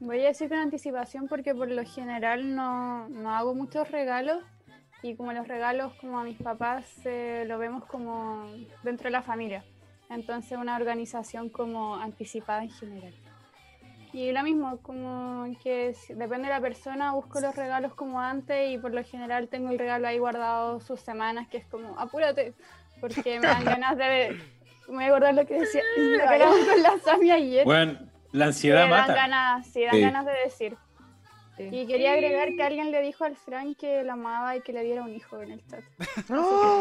voy a decir con anticipación porque por lo general no, no hago muchos regalos y como los regalos como a mis papás eh, lo vemos como dentro de la familia. Entonces una organización como anticipada en general. Y lo mismo, como que si- depende de la persona, busco los regalos como antes y por lo general tengo el regalo ahí guardado sus semanas, que es como, apúrate, porque me dan ganas de... Me voy a guardar lo que decía, lo que hablamos con la Sami ayer.
Bueno, la
Sí,
ansiedad
dan
mata.
ganas, sí, dan
Sí.
ganas de decir. Y quería agregar que alguien le dijo al Frank que la amaba y que le diera un hijo en el chat.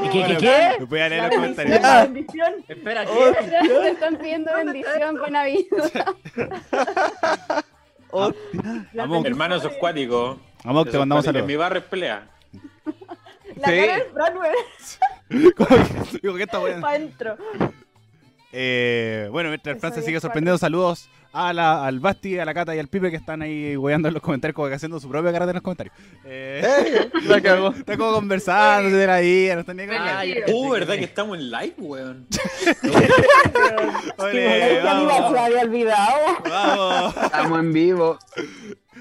¿Y
qué, qué, qué?
Voy a leer
La
los
bendición,
comentarios. Oh,
la
bendición.
Espera,
Oh,
Me están pidiendo bendición, buena vida.
Oh.
Vamos.
Hermano, sos cuático.
Vamos, te
Sos cuático.
mandamos saludos.
En mi barrio es pelea.
La
Sí.
cara del Fran, weón.
Digo, ¿qué está bueno?
Pa' dentro.
Eh, bueno, mientras el
Eso
Fran se
ya
sigue
es
sorprendiendo, saludos a la, al Basti, a la Cata y al Pipe que están ahí hueando en los comentarios, como que haciendo su propia carrera en los comentarios. Eh,
la cagó.
Está como conversando, de la guía, no están ni acá.
Uh, ¿verdad que estamos en live, weón? Uh.
Ole, vamos.
había olvidado.
Vamos.
Estamos en vivo.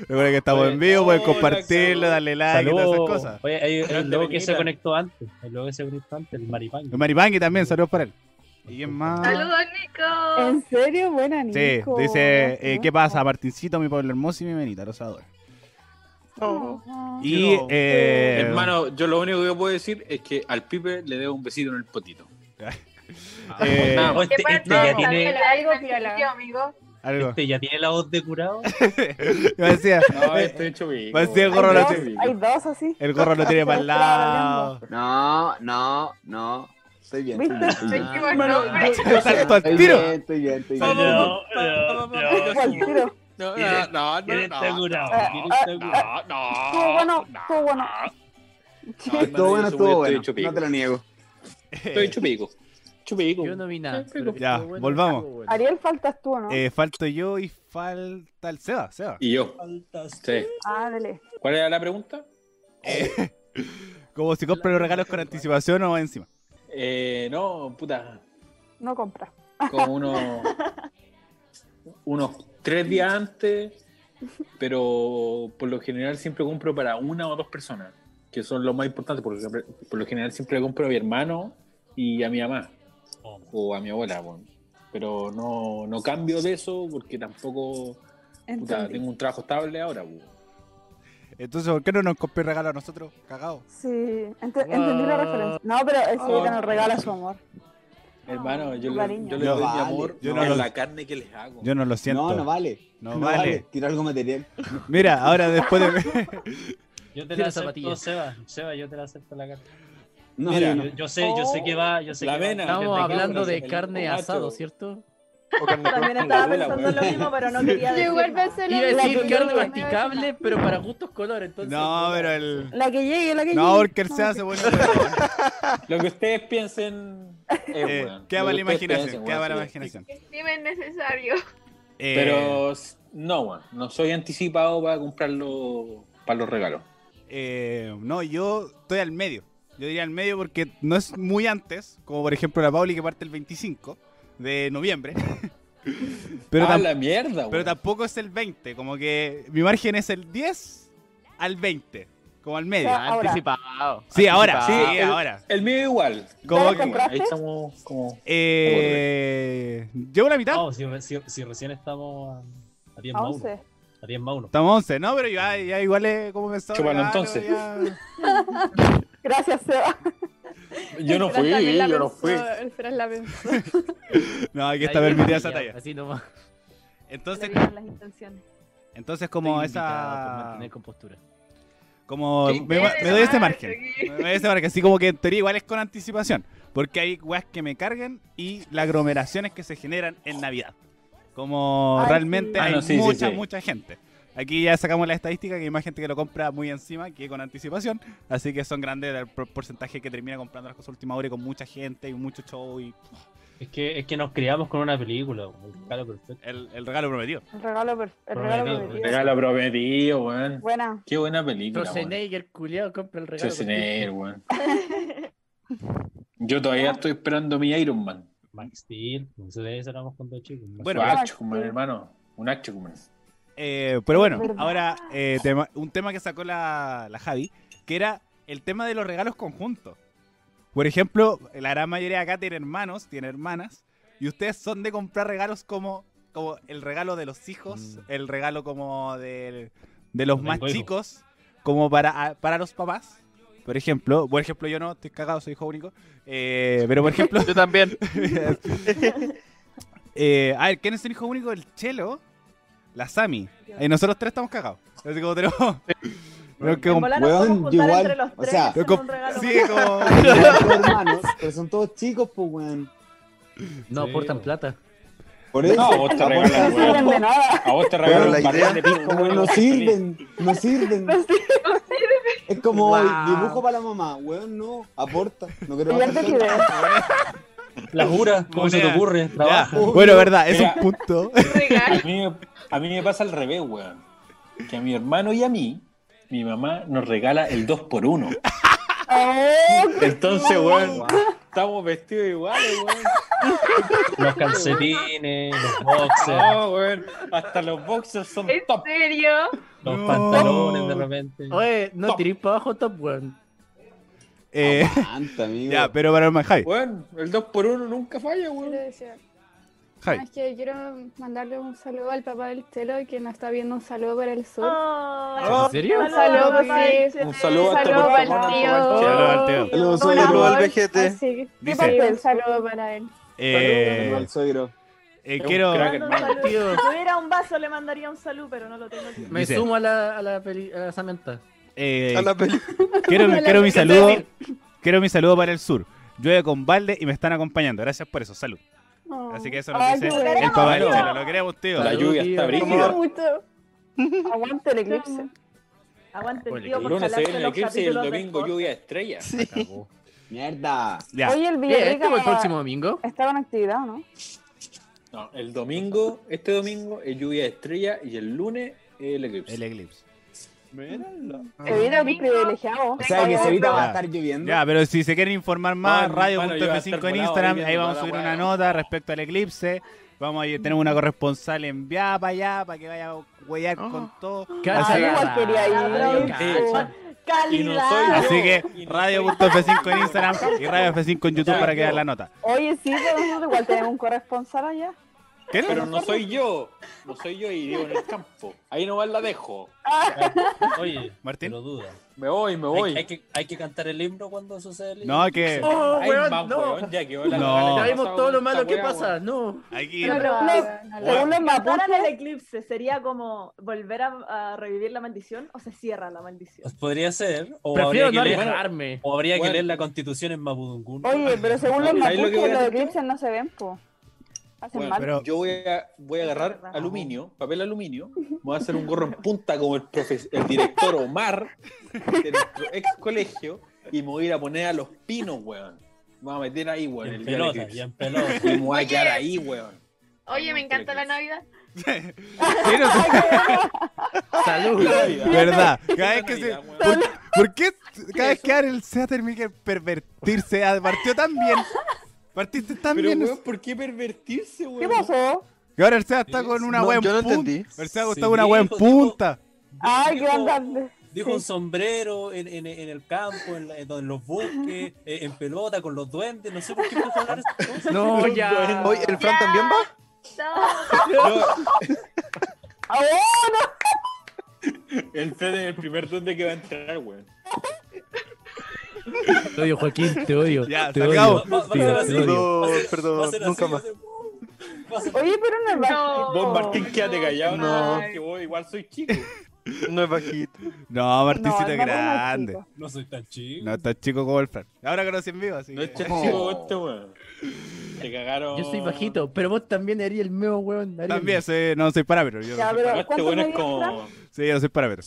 Recuerden Oh. que estamos en vivo, pueden compartirlo, darle like y todas esas
Saludos.
cosas.
Oye, hay, hay un loco que se
Benita.
conectó antes. El loco que se conectó antes, el Maripán.
El Maripangui también, saludos para él. ¿Y quién más?
Saludos, Nico.
¿En serio? Buena, Nico.
Sí, dice, eh, ¿qué pasa? Martincito, mi pueblo hermoso y mi venita, los adoro. Y, eh,
Hermano, yo lo único que puedo decir es que al pipe le debo un besito en el potito.
Eh,
Nada más.
Este, este ya tiene,
Algo piola.
amigo.
algo.
este ya tiene la voz de curado.
Me decía,
No, estoy hecho bien.
me decía el gorro lo tiene,
Hay dos así.
el gorro lo tiene para el lado.
No, no, no. Estoy bien. estoy bien, estoy bien.
Hermano,
yo- Salto al
Estoy
tiro.
bien, Estoy bien, estoy bien.
No,
No,
no, no,
¿Quién está curado? ¿Quién
no,
está curado?
Estuvo bueno, estuvo bueno.
Estuvo bueno,
Estoy
estuvo bueno.
chupico.
No te lo niego.
Estoy chupico. Chupico.
Yo no vi nada.
Ya, volvamos.
Ariel, faltas tú, ¿no?
Eh, falto yo y falta el Seba, Seba.
Y yo. Sí.
Ah, dale.
¿Cuál era la pregunta?
Como si compran los regalos con anticipación o encima.
Eh, no, puta.
No compra.
Como uno. unos tres días antes, pero por lo general siempre compro para una o dos personas, que son los más importantes, porque siempre- por lo general siempre le compro a mi hermano y a mi mamá, o a mi abuela, weón. pero no, no cambio de eso porque tampoco puta,
Entendí.
tengo un trabajo estable ahora. pues. weón.
Entonces, ¿por qué no nos copió el regalo a nosotros? Cagado.
Sí, ent- entendí la referencia. No, pero
Oh.
eso que nos regala su amor.
Hermano, yo, le-
cariño.
yo le
No
doy mi
vale,
amor
yo
yo
no lo-
la carne que les hago.
Yo no lo siento.
No, no vale.
No vale.
Tiro algo material.
Mira, ahora después de.
Yo te
Quiero
la acepto,
zapatillas.
Seba. Seba, yo te la acepto la carta.
No,
Mira,
yo
yo,
no.
yo sé, yo sé que va, yo sé
La
que va.
avena.
Estamos
Desde
hablando
compras
de
el
carne
tomato.
asado, ¿cierto?
También estaba pensando lo mismo, pero no quería
Yo
decir.
igual pensé
Iba a
lo
decir
mismo.
carne masticable, pero para gustos colores, entonces.
No, pero el.
La que llegue, la que llegue.
No, porque el Seba se pone.
Lo que ustedes piensen.
Eh,
weón.
queda
Lo
para la
que ustedes
imaginación.
piensen,
Queda
weón,
para la
sí.
imaginación.
Dime necesario.
Eh,
Pero s- no, weón, no soy anticipado para comprarlo para los regalos.
Eh, no, yo estoy al medio. Yo diría al medio porque no es muy antes, como por ejemplo la Pauli que parte el 25 de noviembre. Pero,
Pero ah,
tam-
la mierda,
pero
weón.
tampoco es el 20, como que mi margen es el 10 al 20. Como al medio.
O sea, ahora. Anticipado.
Sí, ahora. Sí,
Anticipado.
el-
ahora.
El mío igual.
Como que-
Ahí estamos como.
Eh, ¿Llevo la mitad?
No, si, si- si recién estamos a, a 10
A
más
11.
uno. A 10 más uno.
Estamos 11, ¿no? Pero ya, ya igual es como pensaba.
Chúpalo
claro,
entonces.
ya.
Gracias, Seba.
Yo no
Fran
fui,
también la
yo no
pensó,
fui.
El Fran la pensó.
No, aquí está
Ahí,
permitida esa
ya,
talla.
Así nomás.
Entonces,
las intenciones.
entonces como
Estoy invitado
pues,
por
esa...
mantener compostura.
Como
Sí.
me, me doy ese margen. Me doy ese margen. Así como que en teoría igual es con anticipación. Porque hay weas que me cargan y las aglomeraciones que se generan en Navidad. Como
Ay,
realmente
sí.
hay
Ah, no, sí, sí,
mucha,
sí.
mucha gente. Aquí ya sacamos la estadística que hay más gente que lo compra muy encima que con anticipación. Así que son grandes el por- porcentaje que termina comprando las cosas a última hora y con mucha gente y mucho show y
Es que, es que nos criamos con una película, el regalo perfecto.
El, regalo prometido.
El regalo, per- el regalo prometido.
Regalo prometido, weón.
Buena.
Qué buena película, weón.
Schwarzenegger, culiao, compra el regalo.
Schwarzenegger, weón. Yo todavía estoy esperando mi Iron Man.
Max Steel, eso de eso éramos cuando chicos.
Bueno, pues,
un
Max
Action Man,
Steel.
hermano. Un Action Man.
Eh, pero bueno,
Verdad.
ahora eh, tema- un tema que sacó la, la Javi, que era el tema de los regalos conjuntos. Por ejemplo, la gran mayoría de acá tiene hermanos, tiene hermanas, y ustedes son de comprar regalos como, como el regalo de los hijos, el regalo como del- de, los más
Mm. tengo hijos.
chicos, como para, para los papás. Por ejemplo, por ejemplo, yo no estoy cagado, soy hijo único. eh, pero por ejemplo.
Yo también.
Eh, a ver, ¿quién es el hijo único? El Chelo, la Sami. Eh, nosotros tres estamos cagados. Así como tenemos. tenemos que
En
comp-
volar nos Weón, podemos juntar igual, entre los o tres sea, y hacer
comp-
un regalo
sí,
más.
como-
Son hermanos, pero son todos chicos, pues, weón.
No aportan plata.
Por eso.
No, vos te
Por
regalan,
eso
weón.
sirven de nada.
A vos te regalan
Pero la
un barril
idea-
de pisco,
pero
weón.
No sirven, no sirven. Es como
Wow.
el dibujo para la mamá, weón, no, aporta. No creo
Brillante
aportar.
La jura, ¿cómo se te
Moneda.
ocurre? Trabaja.
Bueno, verdad, es
Mira.
un punto.
A mí, me- a mí me pasa al revés, weón. Que a mi hermano y a mí, mi mamá nos regala el 2 por 1
¡Oh,
Entonces, weón, estamos vestidos iguales, weón.
Los calcetines, los boxers,
No, weón. Hasta los boxers son
¿En serio?
los pantalones de repente.
Oye, no tirís para abajo, Top One.
Eh, Ya, pero para el más Javi.
Weón, el 2 por 1 nunca falla, weón.
Quiero decir,
Javi.
no, es que quiero mandarle un saludo al papá del Telo que nos está viendo un saludo para el sur.
¿En serio?
Un saludo, sí.
Un saludo hasta
saludo
por
para el
favor,
tío.
Tomás.
Saludo al tío.
Saludos,
Un
saludos
amor.
al vejete.
Así que-
Dice-
Sí, un saludo para él.
Eh,
Saludos al suegro.
eh, quiero.
Tío.
Si tuviera un vaso le mandaría un saludo, pero no lo tengo aquí.
Me
Dice-
sumo a la, a la, peli, a la Samantha.
eh,
A la
quiero,
A la
quiero mi
peli.
saludo. Quiero mi saludo para el sur. Llueve con balde y me están acompañando. Gracias por eso. Salud. Así que eso nos
Ay,
dice
lo
el
queremos,
papá del
tío.
Chelo. Lo queremos, tío.
La lluvia está
Tío.
brígida.
mucho. Aguante el eclipse.
Aguante el
El
tío por
lunes se
jalarse
viene el
los
eclipse y el
capítulos de
domingo lluvia de estrellas.
Mierda.
Ya. Eh,
Oye, el
Bien,
Villarrica
¿este fue el próximo domingo?
estaba en actividad, ¿no?
No, el domingo, este domingo es lluvia de estrellas y el lunes el eclipse. El
eclipse. Ah.
Se viene un privilegiado.
O sea, que se evita va a
Ya.
estar lloviendo.
Ya, pero si se quieren informar más,
Bueno, bueno, yo voy a estar
radio.f5 en
volado
Instagram,
viendo
ahí vamos a
toda
subir
la
una
weá.
nota respecto al eclipse. Vamos a tener una corresponsal enviada para allá, para que vaya a huellar con todo.
Cacha,
Así que-
igual quería ir.
Radio,
Cacha.
Y no soy yo. Así que radio.f5 en Instagram y radio F5 en YouTube para que vean la nota.
Oye, sí, pero nosotros igual tenemos un corresponsal allá.
¿Qué?
Pero no soy yo, no soy yo y vivo en el campo. Ahí nomás la dejo.
Oye,
Martín.
Lo duda.
Me voy, me
voy. Hay, que, hay que cantar el himno cuando sucede el
No, que-
Oh,
Ay,
weón,
más
no.
weón, ya que hola,
No.
Ya vimos todo lo malo que
Esta weá,
pasa. No.
Aquí.
Pero
Pero,
no,
según los
Si cantaran
mapuches-
el eclipse, ¿sería como volver a, a revivir la maldición o se cierra la maldición?
Podría ser. O
Prefiero
habría que
no
leer-
arriesgarme.
O habría que
Bueno.
leer la constitución en Mapudungún.
Oye, pero según los
¿Sabes Ah, lo
mapuches,
que voy a
los
hacer?
eclipses no se ven, po. Hacen
Bueno,
mal.
yo voy a, voy a agarrar aluminio, papel aluminio, voy a hacer un gorro en punta como el, profe- el director Omar de nuestro ex colegio y me voy a ir a poner a los pinos, weón. Me voy a meter ahí, weón.
Y en
el día del
pelota,
eclipse.
y en pelota.
Y me voy a quedar ahí, weón.
Oye, me encanta la Navidad.
Salud.
¿Verdad? Cada vez que se- ¿Por, por qué cada vez que abre el SEA termina que pervertirse? Ah, Partió tan bien. Partiste tan
Pero,
bien.
weón, ¿por qué pervertirse, weón?
¿Qué pasó?
Que ahora el SEA está con una
No,
wea en
yo no
punta.
entendí.
El SEA está
Sí,
con una wea en
dijo,
punta.
Ay, qué grande.
Dijo un sombrero en, en- en el campo, en, la- en los bosques, eh, en pelota, con los duendes. No sé por qué puso hablar estas cosas.
No, ya. Oye, ¿el Fran también va?
¡Ah,
El Fred es el primer duende que va a entrar, weón.
Te odio, Joaquín, te odio.
Ya,
te
salgamos.
odio.
Va- va a ser
te
así.
odio.
Va a ser- Perdón, va a ser así, nunca va a
Oye, pero no es
No.
Vos, Martín, quédate callado.
No.
No. Que vos igual soy chico.
No es bajito.
No, Martincito
No,
es
no, no,
grande.
chico. No soy tan chico.
No es tan chico como el Fran. Ahora que lo en vivo, así.
No es
que-
tan chico este, weón. Te cagaron.
Yo soy bajito, pero vos también harías el meo, weón. harías el
También soy, no soy parámetro. Yo
Ya,
no soy
pero
parámetro.
¿cuánto Este bueno es medía como- Fran?
Sí, yo no soy parámetro.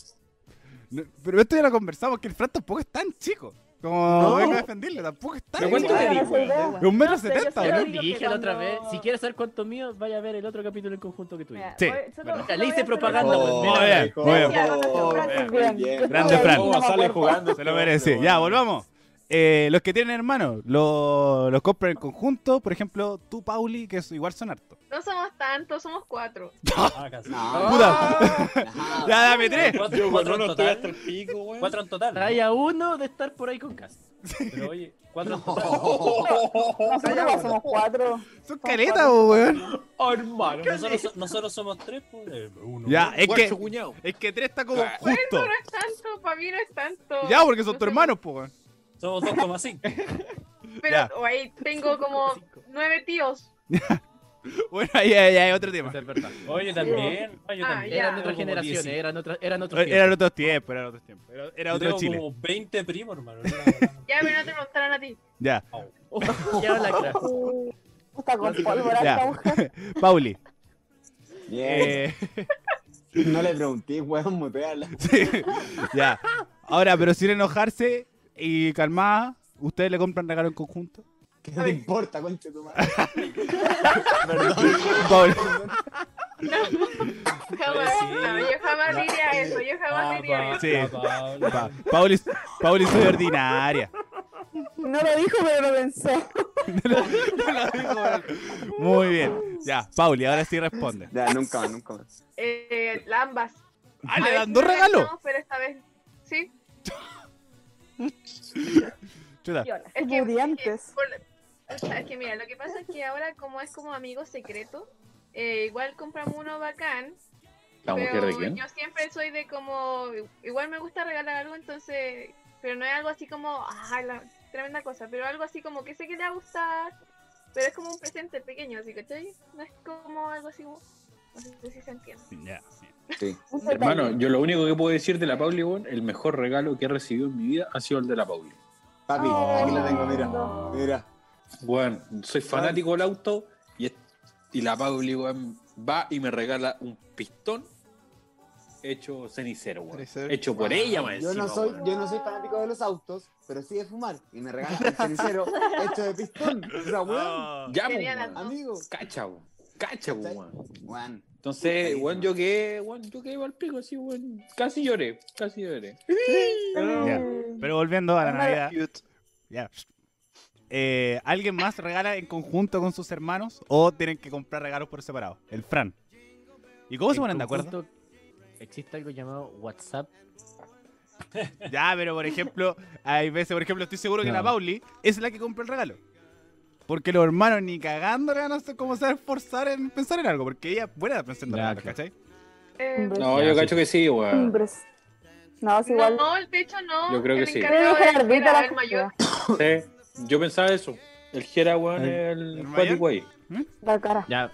No, pero esto ya lo conversamos, que el Fran tampoco es tan chico. Como
No.
vengo a defenderle, tampoco es tan
¿Pero
chico.
cuánto medís,
De un metro setenta,
Yo
¿no?
te dije la otra vez, si quieres saber cuánto mío, vaya a ver el otro capítulo en conjunto que tuvimos.
Sí.
O sea, le hice propaganda, pues,
Oh,
weón.
muy bien, muy bien.
Gracias, bien.
Grande Fran.
Cómo sale jugando
Se lo merece. Ya, volvamos. Eh, los que tienen hermanos, los, los compran en conjunto. Por ejemplo, tú, Pauli, que es igual son harto.
No somos tantos, somos cuatro.
Ah,
¡Puta! ya, dame tres.
Cuatro,
Yo,
cuatro
bueno,
en
no
total.
estoy
Cuatro en total.
Talla uno de estar por ahí con casa.
Pero oye, cuatro en total.
Nosotros somos cuatro.
Son caleta, weón.
Hermano, nosotros, so- nosotros somos tres, pues, eh, uno.
Ya, es que,
Cuatro,
es que tres está como
Bueno,
justo.
no es tanto, para mí no es tanto.
Ya, porque son tus hermanos, po. weón.
Somos 2,5.
Pero
Ya.
oh, ahí tengo como nueve tíos.
Bueno, ahí ya, ya hay otro tema.
Oye, también. oye,
Ah,
también.
ya.
Eran otras generaciones, eran, otras, Eh, eran otros
Eh, Eran otros tiempos, eran otros tiempos. eh. Era, era
Yo
otro
tengo
Chile.
como 20 primos, hermano.
Ya, pero no te preguntaron a ti.
Ya.
Ya la
Está con pólvora esta
ya.
mujer.
Pauli. eh,
Bien. No le pregunté, weón, mutearla.
Ya. Ahora, pero sin enojarse y calmada, ¿ustedes le compran regalo en conjunto?
¿Qué te importa, conche tu madre?
Pauli.
Jamás, no, yo jamás diría eso, yo jamás
Ah,
diría eso.
Sí. Pa- Pauli, Pauli soy ordinaria.
No lo dijo, pero lo pensó.
Muy bien. Ya, Pauli, ahora sí responde.
Ya, nunca más, nunca más.
Eh, la- ambas.
Ah,
A
le
veces
dan dos
nos
regalos.
organizamos, Pero esta vez, sí.
Chuta.
Es que,
Estudiantes.
es, que por- es que mira, lo que pasa es que ahora como es como amigo secreto, eh, igual compramos uno bacán.
¿La mujer de quién?
Yo siempre soy de como, igual me gusta regalar algo, entonces, pero no es algo así como, ah, la tremenda cosa, pero algo así como que sé que le va a gustar, pero es como un presente pequeño, así que no es como algo así como, no sé si se entiende.
Sí.
Hermano, yo lo único que puedo decir de la Pauli, weón, el mejor regalo que he recibido en mi vida ha sido el de la Pauli.
Papi, aquí lo tengo,
Oh.
mira. Mira. Ah.
Bueno, soy fanático del auto y, es- y la Pauli, weón, va y me regala un pistón hecho cenicero, weón. Hecho por ella, más
Ah, yo
encima,
no, soy,
weón.
yo no soy fanático de los autos, pero sí de fumar. Y me regalan un cenicero hecho de pistón. O sea,
Ah.
weón.
Ya,
Tenía
weón.
las dos. Amigo.
Cacha, weón. Cacha, weón.
Weón.
Entonces, weón, yo quedé, weón, yo quedé al pico, así, weón. Casi lloré, casi lloré.
Ya. Pero volviendo a la
Una-
Navidad. Ya. Eh, ¿Alguien más regala en conjunto con sus hermanos o tienen que comprar regalos por separado? El Fran. ¿Y cómo se ponen de acuerdo?
Existe algo llamado WhatsApp.
Ya, pero por ejemplo, hay veces, por ejemplo, estoy seguro que
No.
la Pauli es la que compra el regalo. Porque los hermanos ni cagando le van a hacer como se van a esforzar en pensar en algo, porque ella es buena de pensar en regalos, ¿cachai?
Eh,
No, yo cacho que sí, weón.
Hombres. No, es igual.
No, el pecho no.
Yo creo que
el
sí.
encargado
Creo que
era-
la ardita
era
la
el mayor.
Sí, yo pensaba eso. El Jera, weón,
¿El-
el
mayor?
Patty Way.
¿Mm?
La cara.
Ya,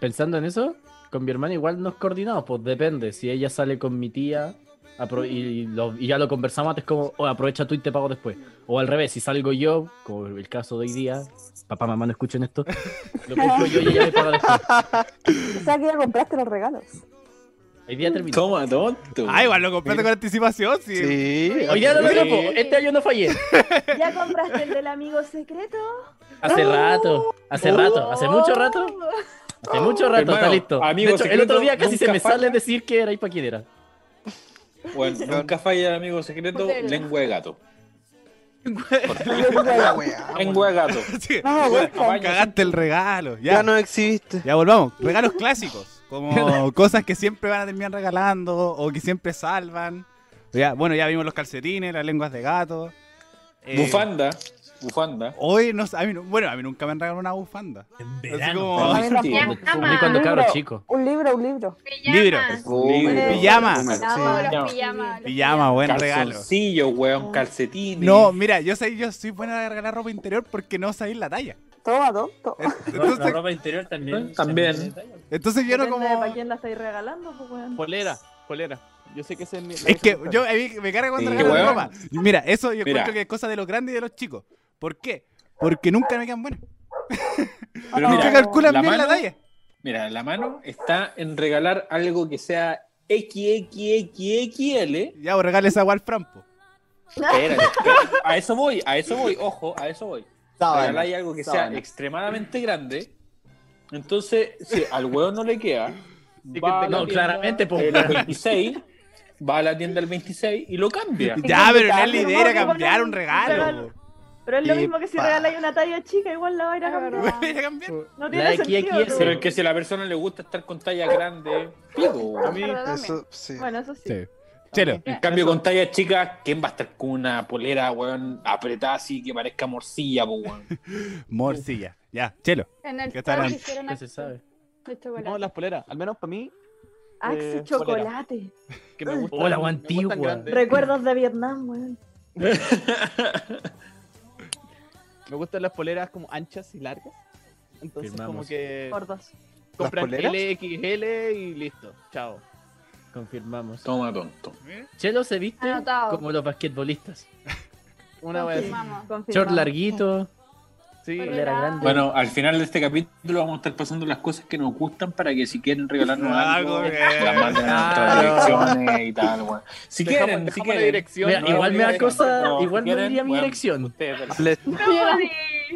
pensando en eso, con mi hermana igual nos coordinamos, pues depende. Si ella sale con mi tía apro- y, lo- y ya lo conversamos antes, como "Oh, aprovecha tú y te pago después. O al revés, si salgo yo, como el caso de hoy día, papá, mamá, no escuchen esto, lo compro yo y ella me paga después.
O sea que ya compraste los regalos.
Hoy día terminé.
Toma, tonto.
Ah, igual lo compraste con anticipación, sí.
Sí.
Hoy día lo logré, po. este año no fallé.
¿Ya compraste el del amigo secreto?
Hace rato, hace rato, hace
Oh.
mucho rato. Hace mucho rato,
Hermano,
está listo.
amigo
de hecho, el
secreto
otro día casi se
nunca
me
falla.
sale decir que era y pa' quién era.
Bueno, nunca falla el amigo secreto,
Hotel.
lengua de gato.
La weá.
Lengua de gato.
No,
Bueno, apaña.
Cagaste el regalo. Ya. no existe. Ya volvamos. Regalos clásicos. Como cosas que siempre van a terminar regalando o que siempre salvan. Ya, bueno, ya vimos los calcetines, las lenguas de gato. eh,
Bufanda. Bufanda.
Hoy no, sé, a mí no- bueno, a mí nunca me han regalado una bufanda. En
verano.
A mí tampoco.
Ni cuando
Un
cabro
libro,
chico.
Un libro, un libro.
Libro.
Libro.
Pijama.
No, los pijamas.
Pijama, buen Ah, regalo.
Calzoncillo,
Oh.
weón, calcetines.
No, mira, yo soy, yo soy buena de regalar ropa interior porque no sabéis la talla.
Toma, toma.
La- La ropa interior también.
¿eh? También. Entonces yo no
Depende
como.
de ¿Para quién la estáis regalando? Pues, weón.
Polera, polera. Yo sé que ese es mi.
Es que yo a mí me carga cuando
Sí.
regalan
Qué
ropa. Mira, eso yo
Mira.
encuentro que es cosa de los grandes y de los chicos. ¿Por qué? Porque nunca me quedan buenas.
Pero
Nunca calculan bien la talla.
Mira, la mano está en regalar algo que sea XXXXL.
Ya, pues, o regales agua al Frampo.
Espérate, espérate. a eso voy, a eso voy, ojo, a eso voy.
Sábana,
Regaláis algo que
sábana.
sea extremadamente grande. Entonces, si al huevo no le queda, va a la
No,
tienda
claramente, pues,
el
weón.
26, va a la tienda el 26 y lo cambia.
Ya, pero no es la idea, era
que poner
cambiar un
un
regalo.
regalo. Pero es lo
Y
mismo que si
pa.
regaláis una talla chica, igual la va a ir a cambiar. No tiene sentido. tú.
Pero es que si a la persona le gusta estar con talla grande, pico.
pues, A mí- Eso, Bueno, eso sí.
Chelo.
En cambio, con tallas chicas, ¿quién va a estar con una polera, weón, apretada así que parezca morcilla, po, weón?
Morcilla. Ya, chelo.
En el
¿Qué tal?
top hicieron
¿Qué
acto
se sabe?
de
Este,
chocolate.
No, las poleras. Al menos para mí.
Axi
eh, polera,
ah, chocolate.
Que me gusta.
Oh, la guan antigua.
Recuerdos de Vietnam, weón.
Me gustan las poleras como anchas y largas. Entonces,
Firmamos.
como que.
Por dos.
Compran
¿Las poleras?
LXL y listo. Chao.
Confirmamos.
Toma, tonto.
Chelo se viste
Anotado.
como los basquetbolistas.
Una vez.
Short larguito.
Sí.
Polera grande.
Bueno, al final de este capítulo vamos a estar pasando las cosas que nos gustan para que si quieren regalarnos algo,
Algo que-
las manden a nuestras
Ah, Claro.
direcciones y tal, weón. Si
Dejamos-
quieren, si
dejamos la
quieren.
dirección. Mira, igual me da cosa- igual me diría mi
dirección.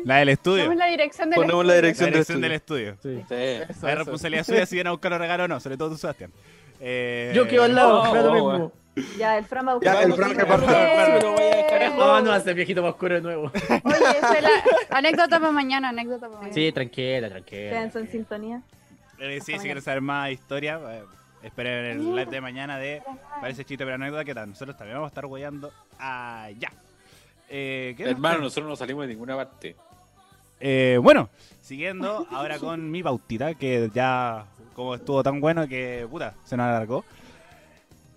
La del estudio.
Ponemos la dirección del estudio.
Ponemos La dirección del estudio.
Sí.
La responsabilidad suya si vienen a buscar los regalos o no, sobre todo tú, Sebastián. Eh,
Yo quedo al lado, me da
Oh,
lo mismo.
Ya, el Fran va a buscar.
Ya, el Fran
Sí,
que parte.
weón.
Oh, No, no, hace viejito más oscuro de nuevo.
Oye, esa es la anécdota para mañana, anécdota para mañana.
eh,
Sí, tranquila, tranquila.
Quédense en sintonía.
eh, sí, si quieren saber más historia, eh, esperen el live de mañana de Parece chiste pero anécdota que tal. Nosotros también vamos a estar hueando
Ah,
allá. Eh, ¿qué nos
Hermano,
queda?
nosotros no salimos de ninguna parte.
Eh, bueno, siguiendo ahora con mi bautita, que ya como estuvo tan bueno que puta, se nos alargó.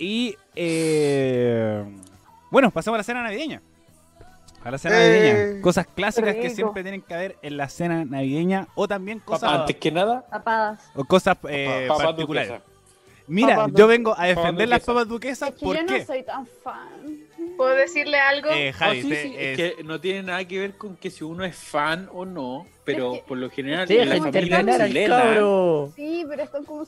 Y eh, bueno, pasamos a la cena navideña. A la cena
Eh,
navideña. Cosas clásicas que
rico.
siempre tienen que haber en la cena navideña o también cosas,
Antes que nada,
Tapadas.
o cosas eh,
papas
particulares.
duquesas.
Mira,
Papas
yo
duquesas.
vengo a
Papas
defender las
duquesas.
papas duquesas
Que yo
porque...
no soy tan fan. Oh, ¿Puedo decirle algo?
Eh,
No, Ah,
Javi,
sí,
te-
sí,
es-
es... que no tiene nada que ver con que si uno es fan o no, pero por lo general
Deja
en la familia
interpelar al
chilena,
cabro.
Sí, pero esto es como...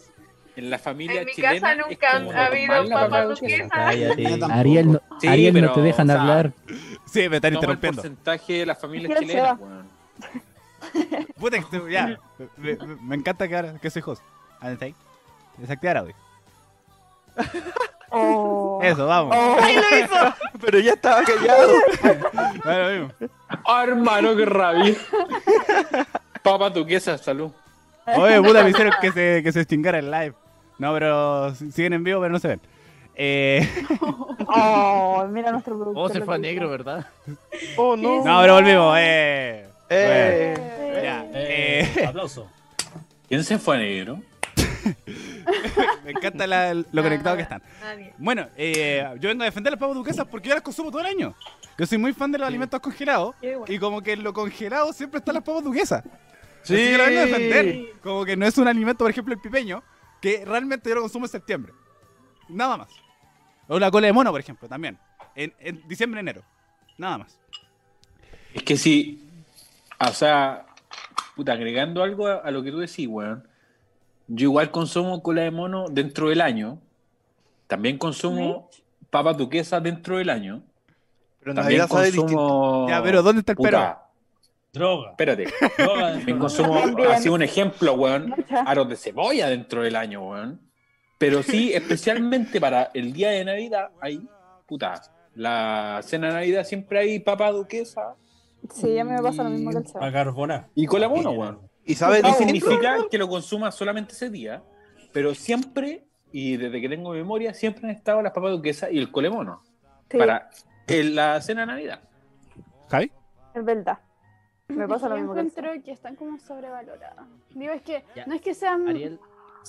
en la familia
En mi
chilena
casa
es
nunca
como
ha habido
normal la
papas
papa
duquesas.
duquesa.
Ariel, no,
Sí,
Ariel no
pero,
te dejan
o sea,
hablar.
Sí, me están
Toma
interrumpiendo.
El porcentaje de las familias
Miguel se
chilenas,
va.
weón.
Puta que te- ya. Me, me- me encanta que ahora que soy host. ¿Dónde está ahí? Desactivar audio.
Oh,
Eso, vamos.
Oh.
¡Ay, lo hizo! Pero ya estaba callado.
Ahora mismo.
Ah, hermano, qué rabia. Papa duquesa, salud.
Oye, puta, me hicieron que se, que se chingara el live. No, pero si- siguen en vivo, pero no se ven. Eh,
Oh, mira nuestro producto.
Oh, se fue a negro, ¿verdad?
Oh,
no, pero volvimos. Eh.
Eh.
Bueno, ya,
Eh,
eh.
aplauso.
¿Quién se fue a negro?
Me encanta la- lo conectados que están.
nadie.
Bueno, eh, yo vengo a defender las papas duquesas porque yo las consumo todo el año. Yo soy muy fan de los alimentos congelados y como que en lo congelado siempre están las papas duquesas.
Sí.
Así que lo vengo a defender. Como que no es un alimento, por ejemplo, el pipeño, que realmente yo lo consumo en septiembre. Nada más. O la cola de mono, por ejemplo, también. En, en diciembre, enero. Nada más.
Es que sí, Ah, o sea, puta, agregando algo a, a lo que tú decís, weón. Yo igual consumo cola de mono dentro del año. También consumo papas duquesas dentro del año.
Pero
también
Navidad sabe
consumo.
Ya, pero ¿dónde está el pero?
Puta,
Droga.
Espérate. También consumo,
También.
así un ejemplo, weón, aros de cebolla dentro del año, weón. Pero sí, especialmente para el día de Navidad, hay, puta, la cena de Navidad siempre hay papa duquesa
Sí, a mí me pasa lo mismo que el
A
chaval.
carbona.
y cola mono, weón.
¿Y sabes
No
distinto?
significa que lo consumas solamente ese día, pero siempre y desde que tengo memoria siempre han estado las papas duquesas y el colemono
Sí.
para el- la cena de Navidad.
¿Javi?
Es verdad. Me pasa lo
Yo
mismo que
encuentro que, están como sobrevaloradas. Digo, es que
Ya,
no es que sean.
Ariel,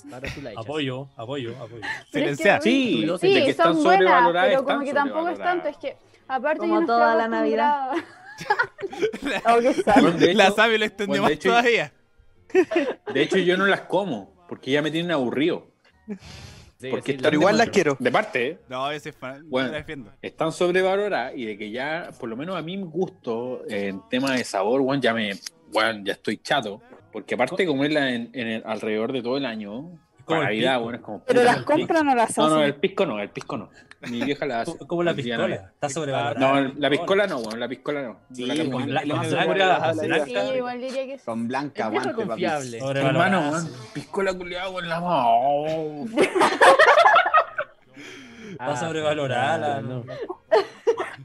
para tu like.
Apoyo, apoyo, apoyo.
pero es que no- sí, son buenas, pero como que tampoco es tanto. Es que aparte
Como
yo no
toda
estoy
la Navidad.
acostumbrada.
La Sabi lo
bueno,
extendió más
de hecho-
todavía.
De hecho, yo no las como porque ya me tienen aburrido.
sí,
Porque
la- Pero igual las
quiero. De parte, ¿eh?
No, ese es fan.
Bueno,
la defiendo.
están sobrevaloradas y de que ya, por lo menos a mí me gusto en tema de sabor, weón, ya me, weón, ya estoy chato. Porque aparte comerla en, en el- alrededor de todo el año,
como
para
el
Navidad,
pisco.
weón, es como...
Pero
puta,
las
el pisco.
compran o las
No, no,
hacen.
el pisco no, el pisco no. Mi vieja la hace.
Como la
El día
piscola,
de
Ah,
Navidad.
Ah,
está sobrevalorada.
No, el- la piscola no, weón, la piscola no. No la
Sí,
como.
weón,
La-
la más
la-
sobrevalorada de la
la-
Sí, igual diría que sí.
Con blanca,
Empieza
guante, papi.
confiable.
Hermano, weón, piscola culiada, weón, la mao.
Está
Ah.
sobrevalorada.
no.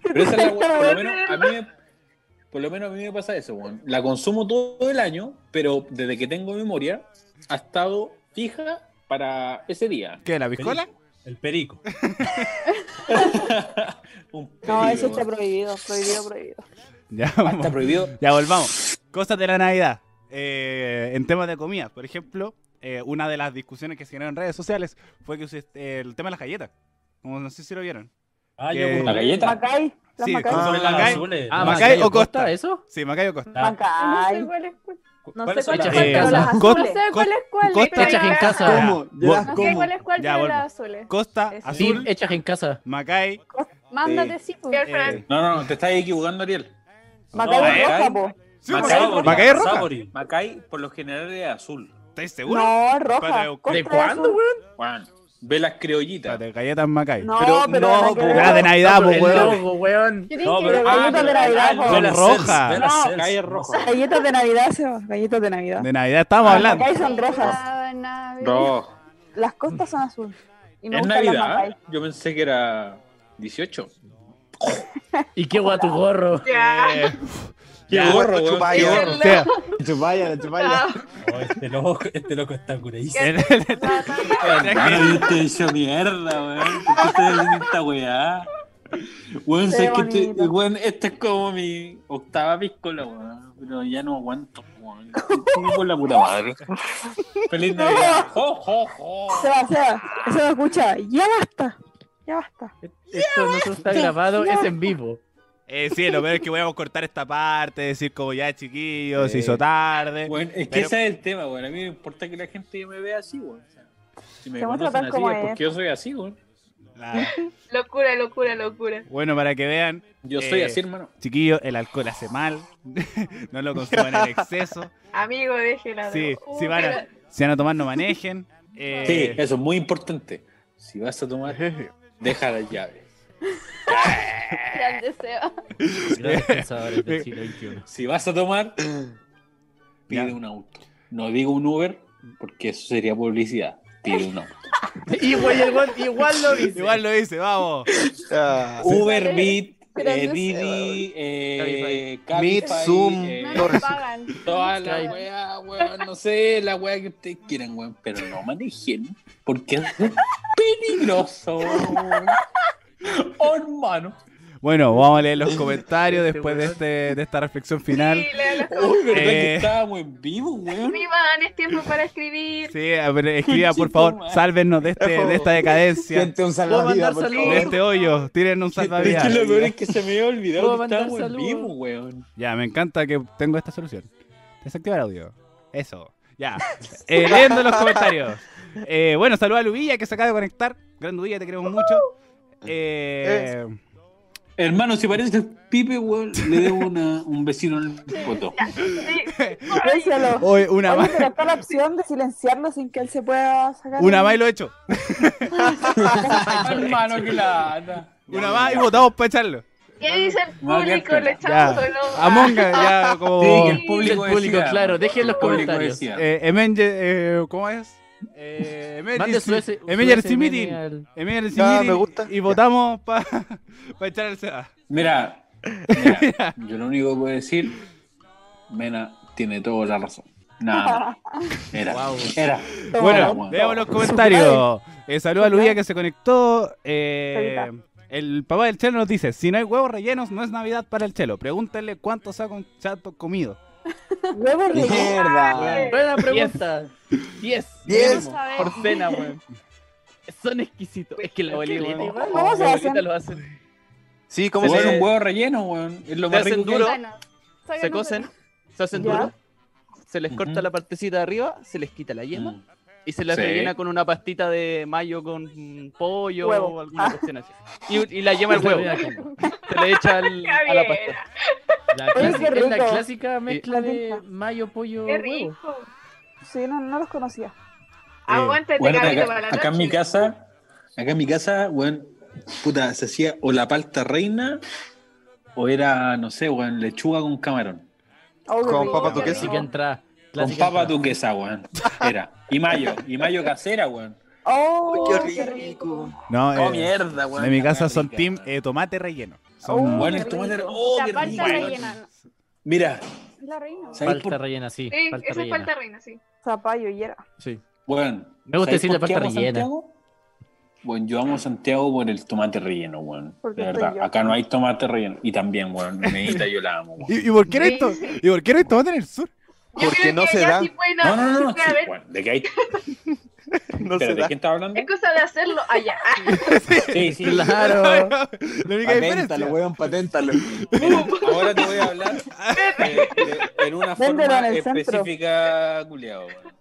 Pero esa es la weá, por lo menos a mí me, por lo menos a mí me pasa eso, weón. La consumo todo el año, pero desde que tengo memoria ha estado fija para ese día.
¿Qué, la piscola?
El perico.
No, eso está prohibido, prohibido, prohibido.
Ya, vamos.
prohibido.
Ya volvamos. Cosas de la Navidad. Eh, en temas de comida, por ejemplo, eh, una de las discusiones que se generaron en redes sociales fue que usted- eh, el tema de las galletas. Como no sé si lo vieron.
Ah,
Que-
yo como-
Macay, las
Sí,
Macay.
sobre las Macay.
azules.
Ah,
Ah,
Macay
Macay
o
o
Costa.
Costa, ¿eso?
Sí, Macay o Costa.
No
Macay.
sé cuál es cuál.
No
¿Cuáles
sé
son
cuál
las
es cuál,
azules?
pero las
Eh, Costa-
No
azules.
sé cuál es cuál.
Costa-
pero
Hechas en
ya-
casa.
¿Cómo? Yo las
No sé
como.
cuál es cuál,
Ya,
pero
vuelvo.
las azules.
Costa,
Eso.
azul,
hechas en casa.
Macay.
Mándate, sí, pues.
eh,
No, no, no, te estás equivocando, Ariel.
Macay
No,
roja,
Macay.
po.
Sí,
Macay,
Macay, Macay es roja.
Sabori.
Macay, por lo general es azul.
¿Estáis seguros?
No, es
Espérate,
roja.
¿de
Costa es
cuándo,
azul.
Juan, ve las criollitas.
Espérate, galletas Macay.
No, pero, nada que ver.
Las de Navidad, pues,
el
weón.
logo, weón.
Yo
No,
dije
pero- ah,
ah,
que-
galletas de Navidad, po.
Son rojas.
Velas
No.
Cells.
Macay es rojo.
Galletas de Navidad, Seba, galletas de Navidad. Ah,
De Navidad estamos hablando.
Macay son rojas.
Ah, nada,
Rojo.
Las costas son azul. Y me
¿Es
gustan las
Navidad? ¿eh?
Macay.
Yo pensé que era 18.
Y qué guay tu gorro.
Eh,
¡Qué
Ya,
gorro, weón,
chupalla.
qué gorro!
o sea,
Chupalla, la chupalla.
Oh, este loco, este loco está curadísimo.
el- el- el-
Hermano, yo te he hecho mierda, weón. ¿Por qué estás haciendo esta weá? Weón,
Qué
sé que este,
bonito.
weón, esta es como mi octava piscola, weón. Pero ya no aguanto, weón. Por la puta madre. Feliz Navidad. Jo, jo, jo.
Seba, Seba, Seba, escucha, ya basta. Ya basta.
Esto no está grabado, es en vivo.
eh, sí, lo peor es que voy a cortar esta parte, decir como ya chiquillos, se
Eh.
hizo tarde.
Weón, es que
Pero-
ese es el tema, weón. A mí me importa que la gente me vea así, weón. O sea, si me
Te voy a
conocen
tratar
así
como
es
es.
porque yo soy así, weón.
Nada.
Locura, locura, locura.
Bueno, para que vean.
Yo soy
eh,
así, hermano.
Chiquillos, el alcohol hace mal. no lo consuman en exceso.
Amigo, déjela.
Sí,
Uh,
si van a,
pero-
si van a tomar, no manejen. Eh,
Sí, eso es muy importante. Si vas a tomar, deja las llaves.
grande Seba.
Grandes pensadores
este
del siglo XXI.
Si vas a tomar, pide
Ya.
un auto. No digo un Uber, porque eso sería publicidad. Pide un auto.
Y güey, el güey igual lo dice.
Igual lo dice, vamos.
Ah,
Uber, Meet,
Grande
eh, Didi, eh,
Meet,
Cabify,
Zoom,
eh,
No
Torres.
nos pagan.
toda la
Skype.
weá, weón, no sé, la weá que ustedes quieran, weón, pero no manejen, porque es peligroso. Hermano.
Bueno, vamos a leer los comentarios después de, este, de esta reflexión final.
Sí, lea las cosas.
Uy, verdad
Eh.
que estábamos en vivo, weón.
Vivan, es tiempo para escribir.
Sí, a ver, escriba, por
eh.
favor, sálvenos de, este, de esta decadencia,
Siente un salvavidas, por
mandar
de
favor.
saludos?
este hoyo. Tírennos un
Es que
salvavidas.
lo peor es que se me había olvidado
Puedo
que
mandar
estábamos en
saludos.
vivo, weón.
Ya, me encanta que tengo esta solución. Desactivar audio. Eso. Ya. Eh, leyendo los comentarios. Eh, bueno, saluda a Lubilla que se acaba de conectar. Gran Lubilla, te queremos mucho. Eh,
Hermano, si parece Pipe, weón, le debo una- un vecino al foto.
Silencialo.
hoy una
Oye,
más.
pero está la opción de silenciarlo sin que él se pueda sacar.
Una más y lo he hecho.
Hermano, que la.
Una más y votamos para echarlo.
¿Qué dice el
No, qué
público? ¿Le
Ya.
echamos o no?
Ah.
Among Us, ya como.
Sí, que el
El
público,
público,
decida,
claro,
weón.
dejen los
El público
comentarios.
decida.
Eh, Emenge- eh, ¿Cómo es? Eh,
Mande su
Emergency
S- su
Emergency
SMN
Meeting.
al-
Emergency
Ya, me
Meeting.
gusta.
Y
Ya.
votamos para echar el SEA.
Mira, mira, yo lo único que puedo decir, Mena tiene toda la razón. No. Era. Era.
Bueno, veamos los comentarios. Eh, saludo a Luía que se conectó. Eh, el papá del Chelo nos dice: Si no hay huevos rellenos, no es Navidad para el Chelo. Pregúntale cuántos ha con- chato comido.
Huevos
Mierda.
Buena pregunta. 10.
Diez.
Por cena, weón. Son exquisitos. Es que la abuelita,
que
weón,
¿Cómo se
la
hacen?
abuelita lo hace.
Sí,
¿Cómo
¿cómo
se
se-
un huevo relleno, weón? Es lo
Se
más
hacen
rico que
duro.
hay.
Se cocen, se hacen
Ya.
duro, se les corta la partecita de arriba, se les quita la yema y se les
Sí.
rellena con una pastita de mayo con mm, pollo
Huevo.
o alguna cuestión así. Y, y la yema al
Se
huevo.
rellena
Se le echa al- a la pasta.
La clásica, es la
rico.
clásica
La
mezcla de
tinta.
mayo, pollo,
Qué
huevo.
Sí, no, no los conocía.
Aguántate,
Eh, Bueno,
Gabriel,
acá,
para la
acá en
noche.
mi casa, acá en mi casa, weón, puta, se hacía o la palta reina o era, no sé, weón, lechuga con camarón.
Con papa
duquesa.
Clásica entrada.
Con
Clásica
papa duquesa, weón. Era. Y mayo, y mayo casera, weón.
¡Oh,
qué rico!
No,
Oh, mierda, weón,
En mi
la
casa
wea
son
rica,
team eh, tomate relleno. Son
Weón, el tomate era- oh,
la
qué
palta
rico.
rellena.
Mira,
La reina.
¿sabéis
Palta
por-
rellena, sí.
Sí,
palta
eso es
rellena.
falta reina, sí.
Zapallo y era.
Sí.
Weón.
Me gusta
¿sabéis
decir la
por qué
palta
amo
rellena.
Santiago? Weón, yo amo Santiago por el tomate relleno, weón.
Porque
De
estoy
verdad,
yo.
acá no hay tomate relleno. Y también, weón, Neita yo la amo, weón.
¿Y, y por qué no hay to- ¿Y por qué no hay tomate en el sur?
Porque
no se da. sí pueden-
No, no, no,
sí
no.
puede
sí,
haber.
weón, de que hay. Pero, ¿de quién está hablando?
Es cosa de hacerlo allá. Ah,
Sí, sí.
Claro.
La única
Paténtalo, weón, paténtalo.
Ahora te voy a hablar eh, de- en una
Véndelo
forma
en el centro.
específica, culiao. weón.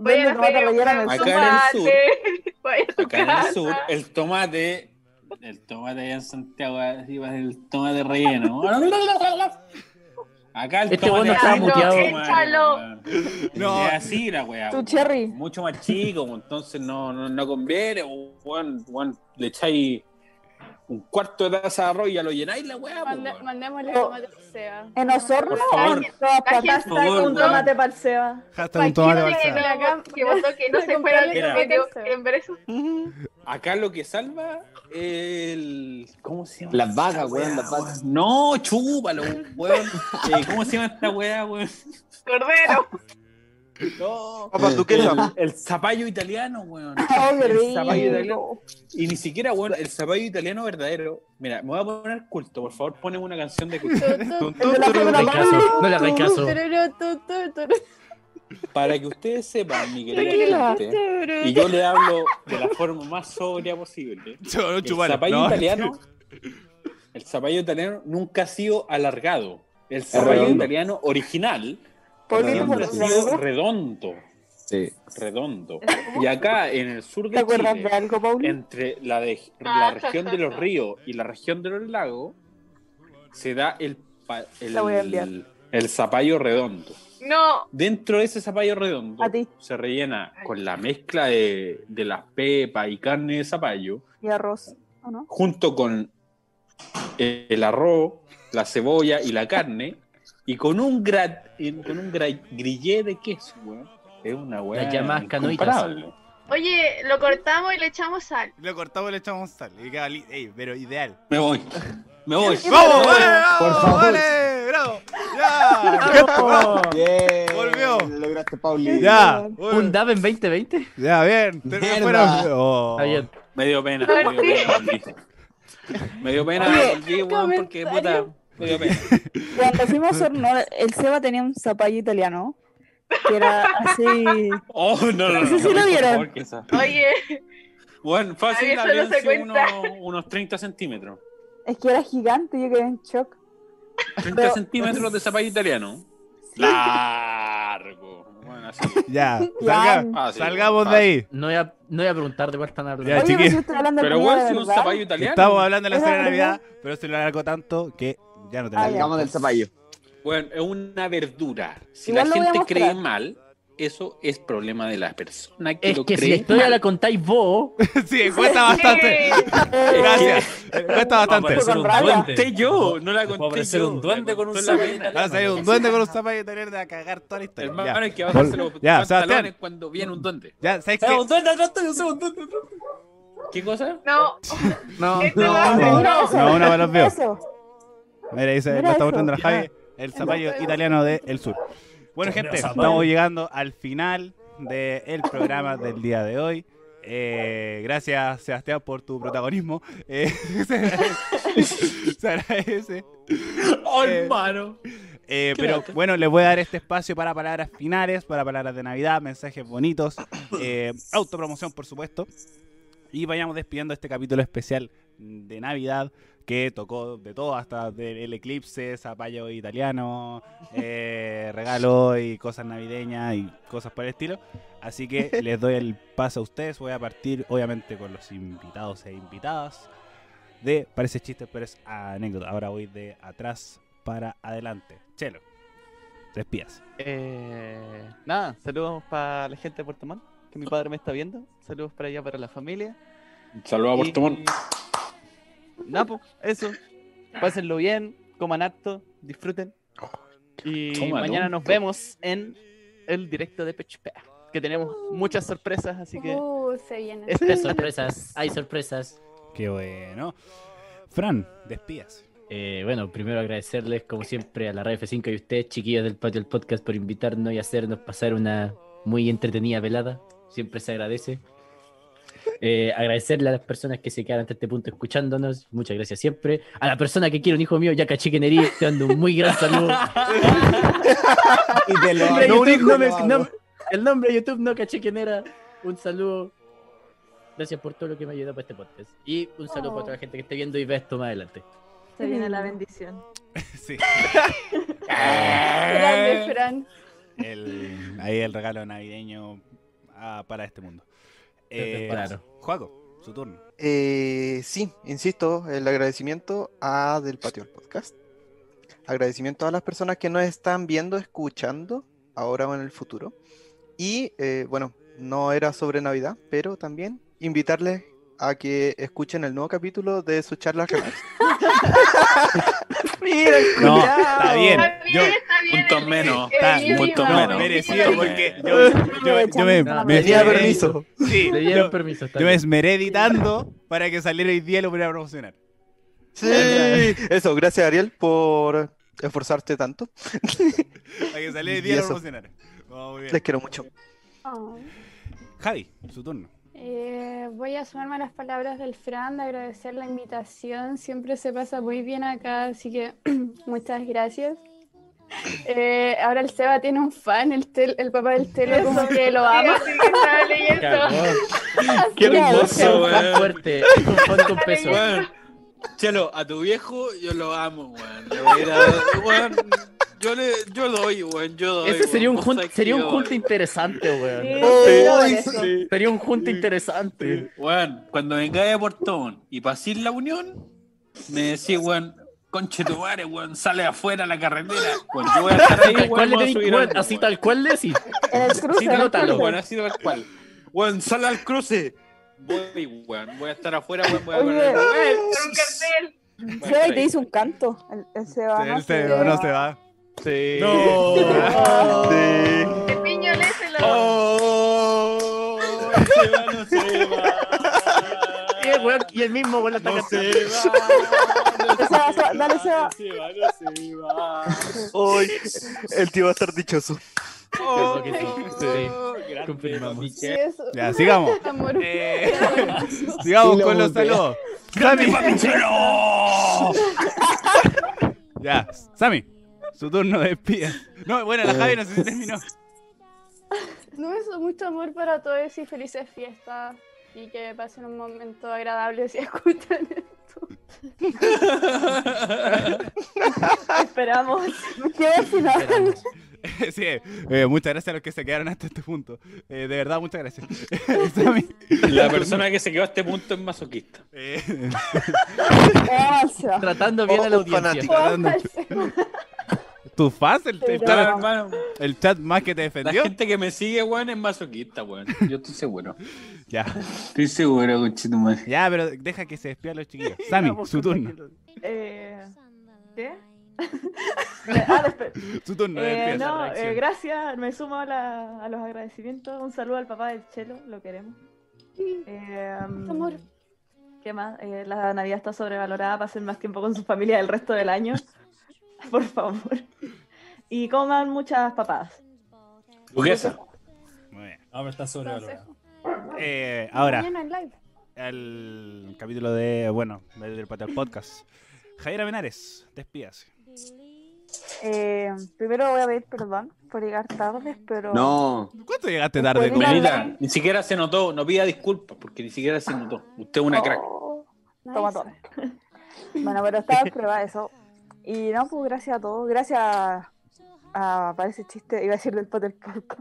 Vende tomate rellena en el
Acá
sur.
en el sur, acá en
casa.
el sur, el tomate, el tomate allá en Santiago, así va el tomate relleno. Acá el
Este
tomate
bueno estaba
relleno,
muteado.
tomate,
Échalo.
No. Es así la weá.
Tu
weón.
cherry.
Mucho más chico, weón, entonces no, no, no conviene. weón, weón, le echáis un cuarto de taza de arroz y ya lo llenáis la weá. po,
Mande-
weón.
Mandémosle tomate al Seba.
¿En Osorno
Por
o
favor.
en todas
La gente-
partes?
Por favor,
un
weón.
tomate para el Seba.
Hashtag un tomate
Que,
balsa.
la- que votó que no se fuera
Mira.
el medio en ver eso.
Acá lo que salva es el. ¿Cómo se llama?
Las
esta
vacas, weón,
weá,
las vacas.
No, chúpalo, weón. Eh, ¿Cómo se llama esta weá, weón?
Cordero.
No.
Papas duquesa.
El zapallo italiano, weón.
Oh, qué
El zapallo
rico.
italiano. Y ni siquiera, weón, el zapallo italiano verdadero. Mira, me voy a poner culto, por favor, poneme una canción de culto.
No le hagáis caso.
Para que ustedes sepan, mi querida
Tranquila.
gente, y yo le hablo de la forma más sobria posible.
Yo, no,
el
chupala,
zapallo
no.
italiano, el zapallo italiano nunca ha sido alargado. El zapallo
redondo.
italiano original
Paulino
siempre ha
Paulino.
sido redondo,
Sí.
redondo. Y acá en el sur
¿Te
de
acuerdas
Chile,
de algo, Pauli? Ah,
entre la, de, la región de los ríos y la región de los lagos, se da el, pa- el,
La voy a enviar.
el zapallo redondo.
No.
Dentro de ese zapallo redondo
A ti.
se rellena con la mezcla de, de las pepas y carne de zapallo,
Y arroz, ¿o no?
junto con el, el arroz, la cebolla y la carne, y con un, grat, y con un gra- grillé de queso, weón. Es una weá.
Las llamadas canoitas.
incomparable.
Oye, lo cortamos y le echamos sal.
Lo cortamos y le echamos sal. Y queda li- ey, pero ideal.
Me voy. Me voy. Me
¡Vamos,
voy.
vale,
Por
bravo,
favor.
vale, bravo! ¡Ya! ¡Bravo!
Bien.
Volvió.
Lo lograste, Pauli.
¡Ya!
¿Un DAB en 2020?
¡Ya, bien! Te-
Mierda.
fueron- Oh.
Está bien.
Me dio pena, me dio pena, volví. Me dio pena,
Oye,
volví, weón, porque puta,
comentario.
me dio pena.
Cuando fuimos a Osorno, el Seba tenía un zapallo italiano. Que era así.
Oh, no, no,
No sé
no,
si lo
por
vieron.
favor, que esa-
Oye,
Bueno,
Ay,
fácil,
eso no
habrían
se
sido
cuenta.
unos, unos 30 centímetros.
Es que era gigante, yo quedé en shock.
30
Pero-
centímetros de zapallo italiano. Largo. Bueno, así.
Ya,
Ya.
salga-
Ah, sí.
salgamos de ahí.
No voy a, no voy a preguntar de cuál están hablando.
Ya,
Oye, pero
chiquillos.
si yo estoy hablando
Pero
de
igual
comida
si
de
un
verdad.
zapallo italiano.
Estamos hablando de la
Era
cena
verdad.
de Navidad, pero se lo alargó tanto que ya no
Ah, ya.
tenemos.
Salgamos del zapallo.
Bueno, es una verdura. Si
Igual
la
lo voy a
gente cree
mostrar.
mal, eso es problema de la persona que
Es
lo
que si la
cree.
historia la contáis vos,
sí, cuesta bastante. Gracias. Cuesta bastante.
Vamos a
Un
Rabia.
duende. yo, no la
Puedo
conté
aparecer
yo.
un duende con un
Toda la
zapallo
pena.
Va a salir Ah, un duende con un zapallo italiano de a cagar toda la historia.
Hermano, hay que
Ya.
bajarse los
Vol- Ya,
pantalones
Sebastián.
cuando viene un duende.
Ya, ¿sabes
Soy un
qué?
duende, atrás tuyo, soy un duende, atrás tuyo. ¿Qué cosa?
no.
no.
Este va a ser
no,
no.
no, una para los veo.
Eso.
Mira, dice,
Mira
lo está
eso.
mostrando la Javi,
Ya.
el zapallo italiano del sur. Bueno, gente, estamos llegando al final del programa del día de hoy. Eh, gracias, Sebastián, por tu protagonismo. Eh, se agradece. se agradece. Eh, eh, pero
Claro.
bueno, les voy a dar este espacio para palabras finales, para palabras de Navidad, mensajes bonitos, eh, autopromoción, por supuesto. Y vayamos despidiendo este capítulo especial de Navidad que tocó de todo, hasta del eclipse, zapallo italiano, eh, regalo y cosas navideñas y cosas por el estilo. Así que les doy el paso a ustedes. Voy a partir, obviamente, con los invitados e invitadas de Parece Chiste, pero es anécdota. Ahora voy de atrás para adelante. Chelo, te espías.
Eh, nada, saludos para la gente de Puerto Montt, que mi padre me está viendo. Saludos para allá, para la familia.
Saludos a
Y-
Puerto Montt.
Nada, po, eso. Pásenlo bien, coman harto, disfruten.
Oh,
Y
Cómalo.
mañana nos vemos en el directo de Pechpea, que tenemos muchas sorpresas, así que...
Uh, se viene.
esperen.
Hay sorpresas, hay sorpresas.
Qué bueno. Fran, despías.
Eh, bueno, primero agradecerles, como siempre, a la Radio F5 y a ustedes, chiquillos del Patio del Podcast, por invitarnos y hacernos pasar una muy entretenida velada. Siempre se agradece. Eh, agradecerle a las personas que se quedan hasta este punto escuchándonos. Muchas gracias siempre. A la persona que quiere un hijo mío, ya caché que Neri, te mando un muy gran saludo.
Y te lo
Nombre de
hago,
YouTube,
te
no me-
lo hago.
no me- el nombre de YouTube no caché quién era. Un saludo. Gracias por todo lo que me ha ayudado para este podcast. Y un saludo
Oh.
para toda la gente que esté viendo y ve esto más adelante.
Se viene la bendición.
Sí.
Grande, Fran.
Eh. El- ahí el regalo navideño ah, para este mundo. Eh,
Claro.
Juaco, su turno.
Eh, sí, insisto, el agradecimiento a Del Patio del Podcast. Agradecimiento a las personas que nos están viendo, escuchando, ahora o en el futuro. Y eh, bueno, no era sobre Navidad, pero también invitarles a que escuchen el nuevo capítulo de su charla Relax. Mira, el
No,
culiao.
está bien. Yo,
Puntos menos.
Está
bien,
punto
bien,
menos.
bien.
Merecido
Punto
porque yo,
menos.
yo, yo me,
Tenía
me
permiso.
Sí,
Le dieron
yo,
permiso, está
yo me
bien.
esmeré editando para que saliera hoy día y lo pudiera promocionar.
Sí, eso, gracias Ariel por esforzarte tanto.
Para que saliera hoy
Y
día y lo
eso.
promocionara. Vamos, muy bien.
Les quiero mucho.
Oh.
Javi, su turno.
Eh, voy a sumarme a las palabras del Fran, de agradecer la invitación. Siempre se pasa muy bien acá, así que muchas gracias. Eh, ahora el Seba tiene un fan, el, tel- el papá del Telo, como
Eso.
que lo ama.
Sí, sí, que estaba leyendo.
Qué hermoso,
Es un fan
weón.
fuerte, es un fan con peso.
Weón, Chelo, a tu viejo yo lo amo, weón. Le voy a ir a- weón, yo, le, yo doy, weón, yo doy.
Ese sería un,
weón.
jun-
Vos sabés
sería
que
un
yo
junte interesante, weón.
Sí, Oh, sí, sí. sí.
Sería un junte interesante.
Weón, cuando vengáis a Puerto Montt y paséis la unión, me decís, weón, conche tu madre, weón, sale afuera a la carretera. Weón, yo voy a estar ahí,
Tal cual
weón,
le
voy a
di-
subir
weón,
al-
así tal cual le decís.
Así tal
anótalo.
cual, weón, así tal cual. Weón, sale al cruce. Voy, weón, voy a estar afuera, weón, voy a
Oye.
poner- ¡Eh!
Seba, y te hizo un canto. El, el Seba,
Él
¿no?
se
Seba.
va, no se va.
Sí.
No.
De piño, léselo.
Oh.
Oh,
Y el, weón- y el mismo weón la está cantando.
Seba, Seba, dale, Seba.
Hoy el tío va a estar dichoso.
Yo creo que sí. Confirmamos.
Sí, eso.
Ya, sigamos.
Amor.
Sigamos
Y lo
Eh, con los
botea.
saludos. Sammy.
papi
ya, Sammy, su turno de espía. No, bueno, la
Eh.
Javi no sé si terminó.
No, eso, mucho amor para todos y felices fiestas. Y que pasen un momento agradable si escuchan esto.
Esperamos.
Me quedé al final.
sí, eh, muchas gracias a los que se quedaron hasta este punto. Eh, de verdad, muchas gracias. Sammy.
La persona que se quedó a este punto es masoquista.
Eh.
Tratando bien a la
fanático. Tratando-
audiencia.
Tus fans, el, el
No,
chat,
hermano.
el chat más que te
La
defendió.
gente que me sigue, weón, es masoquista, weón. Yo estoy seguro.
Ya.
Estoy seguro, conchetumare.
Ya, pero deja que se despidan los chiquillos. Sammy, su turno.
Eh, ¿Qué? Ah, despe-
Su turno,
Eh,
despídase.
no,
La reacción.
eh, gracias, me sumo a, la- a los agradecimientos. Un saludo al papá del Chelo, lo queremos. Eh,
Amor.
¿Qué más? Eh, la Navidad está sobrevalorada, pasen más tiempo con su familia el resto del año. Por favor. Y coman muchas papadas.
Duquesa.
Muy bien.
Ahora está sobrevalorado.
Eh, ahora,
Mañana en live.
el capítulo de, bueno, del del Patio al Podcast. Javiera Menares, despídase.
Eh, primero voy a pedir perdón por llegar tarde, pero.
No. ¿Cuánto llegaste tarde?
Pueden hablar.
Benita, ni siquiera se notó, no pida disculpas porque ni siquiera se notó. Usted es una crack.
Toma todo. Bueno, pero estaba en prueba eso. Y no, pues gracias a todos. Gracias a. a- para ese chiste, iba a decir del Potter Porco.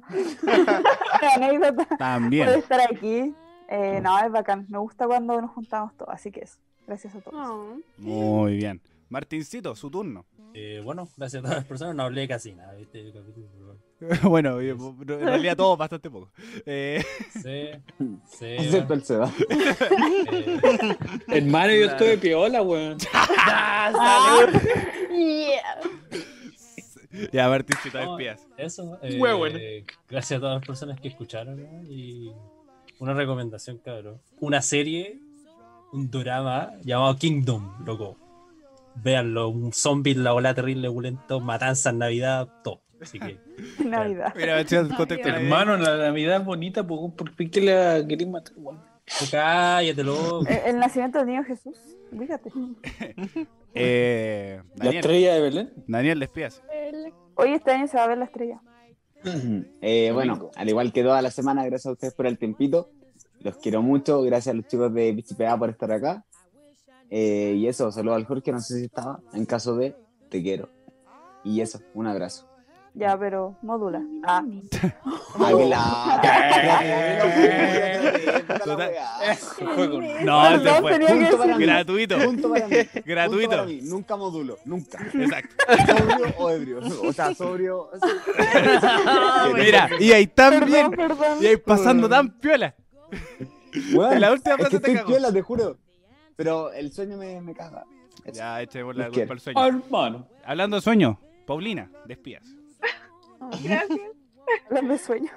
anécdota.
También.
Por estar aquí. Eh, no, es bacán. Me gusta cuando nos juntamos todos. Así que eso. Gracias a todos.
Muy bien. Martincito, su turno.
Eh, bueno, gracias a todas las personas, no hablé casi nada, ¿viste? Yo capítulo, pero bueno.
bueno, eh, en realidad todo bastante poco. Eh...
Sí, sí. Eh,
Excepto el Seba.
Eh,
Hermano, yo
Claro.
estoy de piola, weón.
Ah,
Ah.
Ya, Martincito,
No,
despídase.
Eso, eh,
Muy bueno.
gracias a todas las personas que escucharon ¿no? y una recomendación, cabrón. Una serie, un drama llamado Kingdom, loco. Véanlo, un zombie, la ola terrible, opulento, matanzas, navidad, todo. Así que,
Navidad.
Mira, chicos, contexto
Hermano, la Navidad es bonita, po, ¿por qué que la querés matar, weón?
cállate, loco.
Eh, El nacimiento del niño Jesús. Fíjate.
Eh,
La estrella de Belén.
Daniel, despídase.
Hoy este año se va a ver la estrella.
Eh, bueno, al igual que toda la semana, gracias a ustedes por el tiempito. Los quiero mucho. Gracias a los chicos de PCPA por estar acá. Eh, y eso, saludos al Jorge, no sé si estaba. En caso de, te quiero. Y eso, un abrazo.
Ya, pero modula. Ah.
Oh.
Total-
Perdón,
No, este fue
tenía que Punto para mí.
gratuito.
Punto para mí. Punto para
Gratuito.
mí. Nunca modulo, nunca.
Exacto.
Sobrio o ebrio. O sea, sobrio.
Mira, y ahí tan bien.
perdón.
Y ahí pasando tan piola.
Weón,
La última
es
frase
que
te
estoy
cagó.
piola, te juro. Pero el sueño me, me caga.
Ya, echemos la
Los
culpa
quiero.
al sueño.
Hermano.
Hablando de sueño, Paulina, despídase.
Gracias.
Hablando sueño.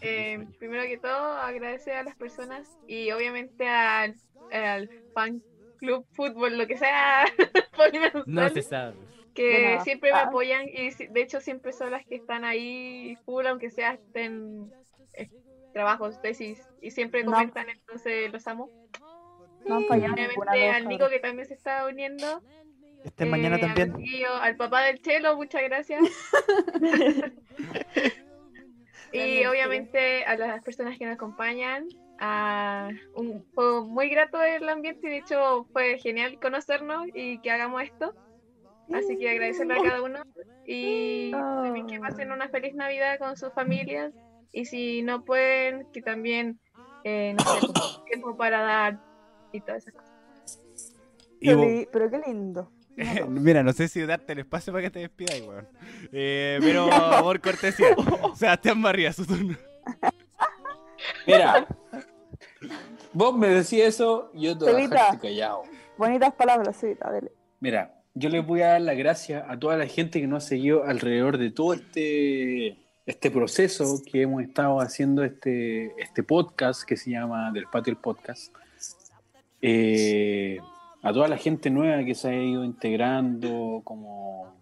Eh, primero que todo, agradecer a las personas y obviamente al, al fan club fútbol, lo que sea, Polimensual,
No se sabe.
que
Bueno,
siempre me
ah.
apoyan y si- de hecho siempre son las que están ahí full, aunque sea estén eh, trabajos, tesis, y siempre
No.
comentan, entonces los amo.
No han
Y
fallado ninguna de
obviamente
los
al Nico que también se está uniendo.
Este mañana
Eh,
también.
al tío, al papá del Chelo, muchas gracias. y
Realmente.
obviamente a las personas que nos acompañan. a un, fue muy grato el ambiente y de hecho fue genial conocernos y que hagamos esto. Así que agradecerle a cada uno y también que pasen una feliz Navidad con sus familias y si no pueden, que también eh, no sé, como tiempo para dar y todas esas cosas.
Y
Pero,
vos-
li- pero qué lindo.
Mira, no sé si darte el espacio para que te despidáis, weón. Eh, pero por cortesía. Sebastián Barría, su turno.
Mira, vos me decís eso, yo te voy a
Celita.
dejar callado.
Bonitas palabras, sí, dale.
Mira, yo les voy a dar las gracias a toda la gente que nos ha seguido alrededor de todo este, este proceso que hemos estado haciendo este, este podcast que se llama Del Patio el Podcast. Eh, a toda la gente nueva que se ha ido integrando como,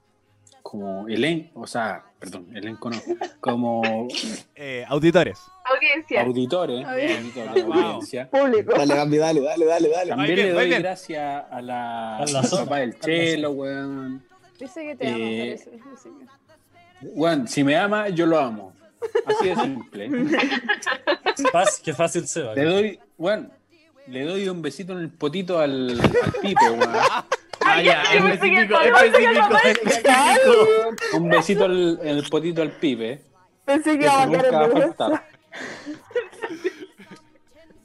como elenco, o sea, perdón, elenco no, como
Eh, auditores.
Audiencia.
auditores,
Audiencia.
auditores, audiencia.
Público.
Dale, Gambi, dale, dale, dale, dale.
También le doy gracias a la,
A la
al
zona,
papá del
a la
Chelo, weón.
Dice que te amo,
Eh,
parece. así que-
Juan, si me ama, yo lo amo. Así de simple.
Fácil- qué fácil se va.
Le doy, Juan, le doy un besito en el potito al, al Pipe, Juan.
Vaya,
yo pensé que
Ah, específico,
estaba
específico, específico.
Un besito al- en el potito al Pipe.
Pensé que
Eso
iba a mandar
nunca
en
va a
vergüenza.
faltar.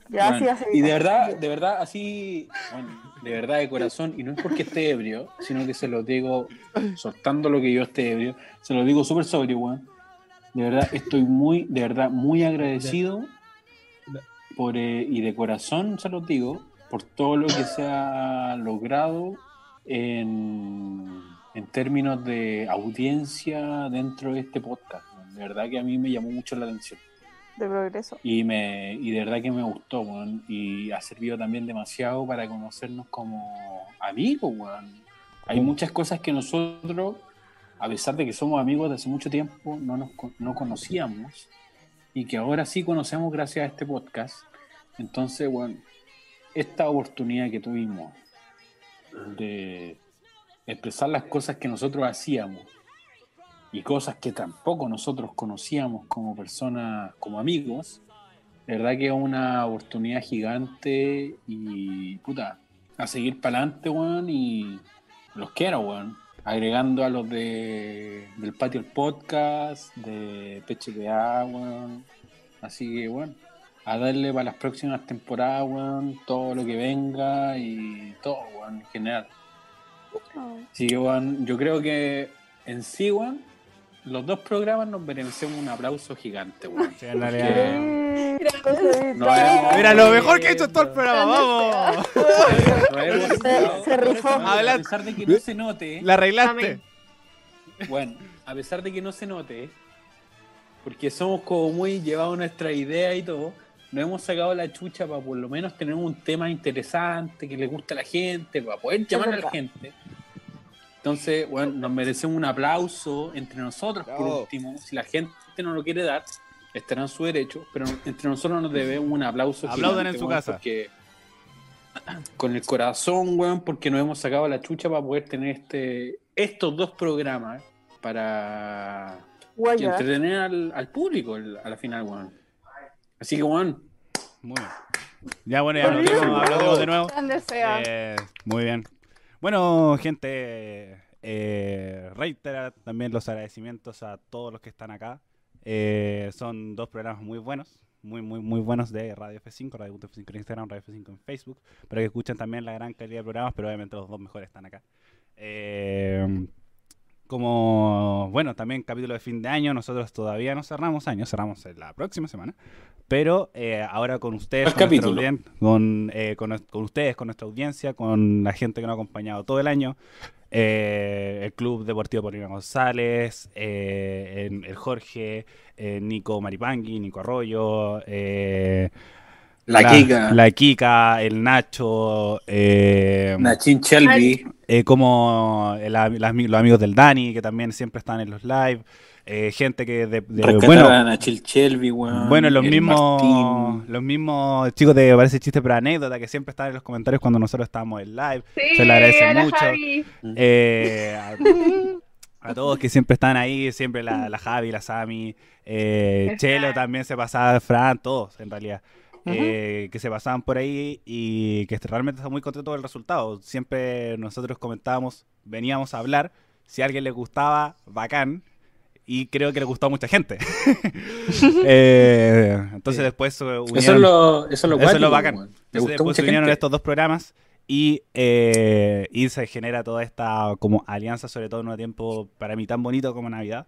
Gracias.
Juan, Y de verdad, de verdad, así, Juan, de verdad, de corazón, y no es porque esté ebrio, sino que se lo digo, soltando lo que yo esté ebrio, se lo digo súper sobrio, Juan. De verdad, estoy muy, de verdad, muy agradecido por, eh, y de corazón se los digo, por todo lo que se ha logrado en, en términos de audiencia dentro de este podcast. Juan. De verdad que a mí me llamó mucho la atención.
De progreso.
Y, me, y de verdad que me gustó, weón. Y ha servido también demasiado para conocernos como amigos, weón. Hay muchas cosas que nosotros a pesar de que somos amigos de hace mucho tiempo, no nos con- no conocíamos y que ahora sí conocemos gracias a este podcast. Entonces, bueno, esta oportunidad que tuvimos de expresar las cosas que nosotros hacíamos y cosas que tampoco nosotros conocíamos como personas, como amigos, de verdad que es una oportunidad gigante y puta, a seguir para adelante, weón, y los quiero, weón. Agregando a los de, del patio el podcast, de PHPA, weón. Así que, bueno, a darle para las próximas temporadas, weón, todo lo que venga y todo, weón, en general.
Oh.
Así que, weón, yo creo que en sí, weón, los dos programas nos merecemos un aplauso gigante, weón.
en realidad.
No, era-
Mira, lo mejor que ha hecho todo el programa, vamos.
se rifó. A pesar de que no se note. ¿eh?
La arreglaste.
Bueno, a pesar de que no se note, ¿eh? porque somos como muy llevados a nuestra idea y todo, nos hemos sacado la chucha para por lo menos tener un tema interesante que le gusta a la gente, para poder llamar a la
verdad.
gente. Entonces, bueno, nos merecemos un aplauso entre nosotros por
Bravo.
último. Si la gente no lo quiere dar, estará en su derecho, pero entre nosotros nos debemos un aplauso.
Aplaudan
gigante,
en su
weón,
casa.
porque- con el corazón, weón, porque nos hemos sacado la chucha para poder tener este, estos dos programas para
Guaya.
entretener al, al público el- a la final, weón. Así que, weón.
Muy bien. Ya, bueno, ya nos hablamos de nuevo.
Grande sea.
Eh, muy bien. Bueno, gente, eh, reiterar también los agradecimientos a todos los que están acá. Eh, son dos programas muy buenos, muy, muy, muy buenos de Radio F5, Radio Punto F5 en Instagram, Radio F5 en Facebook, para que escuchen también la gran calidad de programas, pero obviamente los dos mejores están acá. Eh, como, bueno, también capítulo de fin de año, nosotros todavía no cerramos año, cerramos en la próxima semana, pero eh, ahora con ustedes, con, nuestra
capítulo.
audien- con, eh, con, nues- con ustedes, con nuestra audiencia, con la gente que nos ha acompañado todo el año, eh, el Club Deportivo Paulina González, eh, en- el Jorge, eh, Nico Maripangui, Nico Arroyo, eh,
La Kika.
la Kika, el Nacho, eh,
Nachin Shelby.
eh, como el am- las- los amigos del Dani, que también siempre están en los live, eh, gente que de, de-
Rescatar
bueno,
a Nachil Shelby, weón.
bueno, los
el Martín.
mismos, los mismos chicos de Parece Chiste pero Anécdota que siempre están en los comentarios cuando nosotros estábamos en live.
Sí,
Se le agradece
hola,
mucho.
Javi.
Eh, a, a todos que siempre están ahí, siempre la, la Javi, la Sami, eh,
El
Chelo también se pasaba, Fran, todos en realidad. eh, que se pasaban por ahí y que este- realmente está muy contento del resultado. Siempre nosotros comentábamos, veníamos a hablar, si a alguien le gustaba, bacán, y creo que le gustó a mucha gente. Eh, entonces después eh, unieron,
Eso es lo- eso es lo guático,
bacán.
weón. Le
Entonces
gustó
después
mucha
se unieron
gente.
estos dos programas y, eh, y se genera toda esta como alianza, sobre todo en un tiempo para mí tan bonito como Navidad,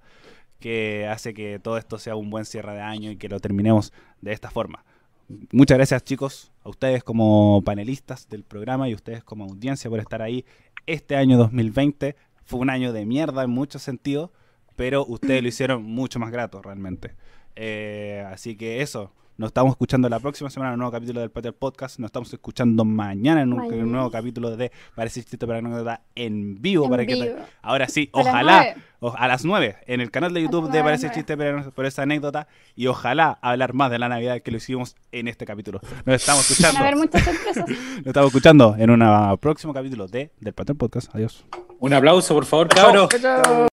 que hace que todo esto sea un buen cierre de año y que lo terminemos de esta forma. Muchas gracias chicos, a ustedes como panelistas del programa y a ustedes como audiencia por estar ahí. Este año 2020 fue un año de mierda en muchos sentidos, pero ustedes lo hicieron mucho más grato realmente. Eh, así que eso, nos estamos escuchando la próxima semana en un nuevo capítulo del Patio del Podcast, nos estamos escuchando mañana en un,
Mañana.
en un nuevo capítulo de Parece Chiste para Anécdota en vivo.
En
para que
vivo.
Ahora sí,
A las
ojalá,
nueve.
o- a las 9, en el canal de YouTube de
nueve,
Parece
nueve.
Chiste pero- por esa anécdota y ojalá hablar más de la Navidad que lo hicimos en este capítulo. Nos estamos
Van a
escuchando.
haber muchas sorpresas.
Nos estamos escuchando en un próximo capítulo de Del Patio del Podcast. Adiós.
Un aplauso, por favor, cabros.
Chao.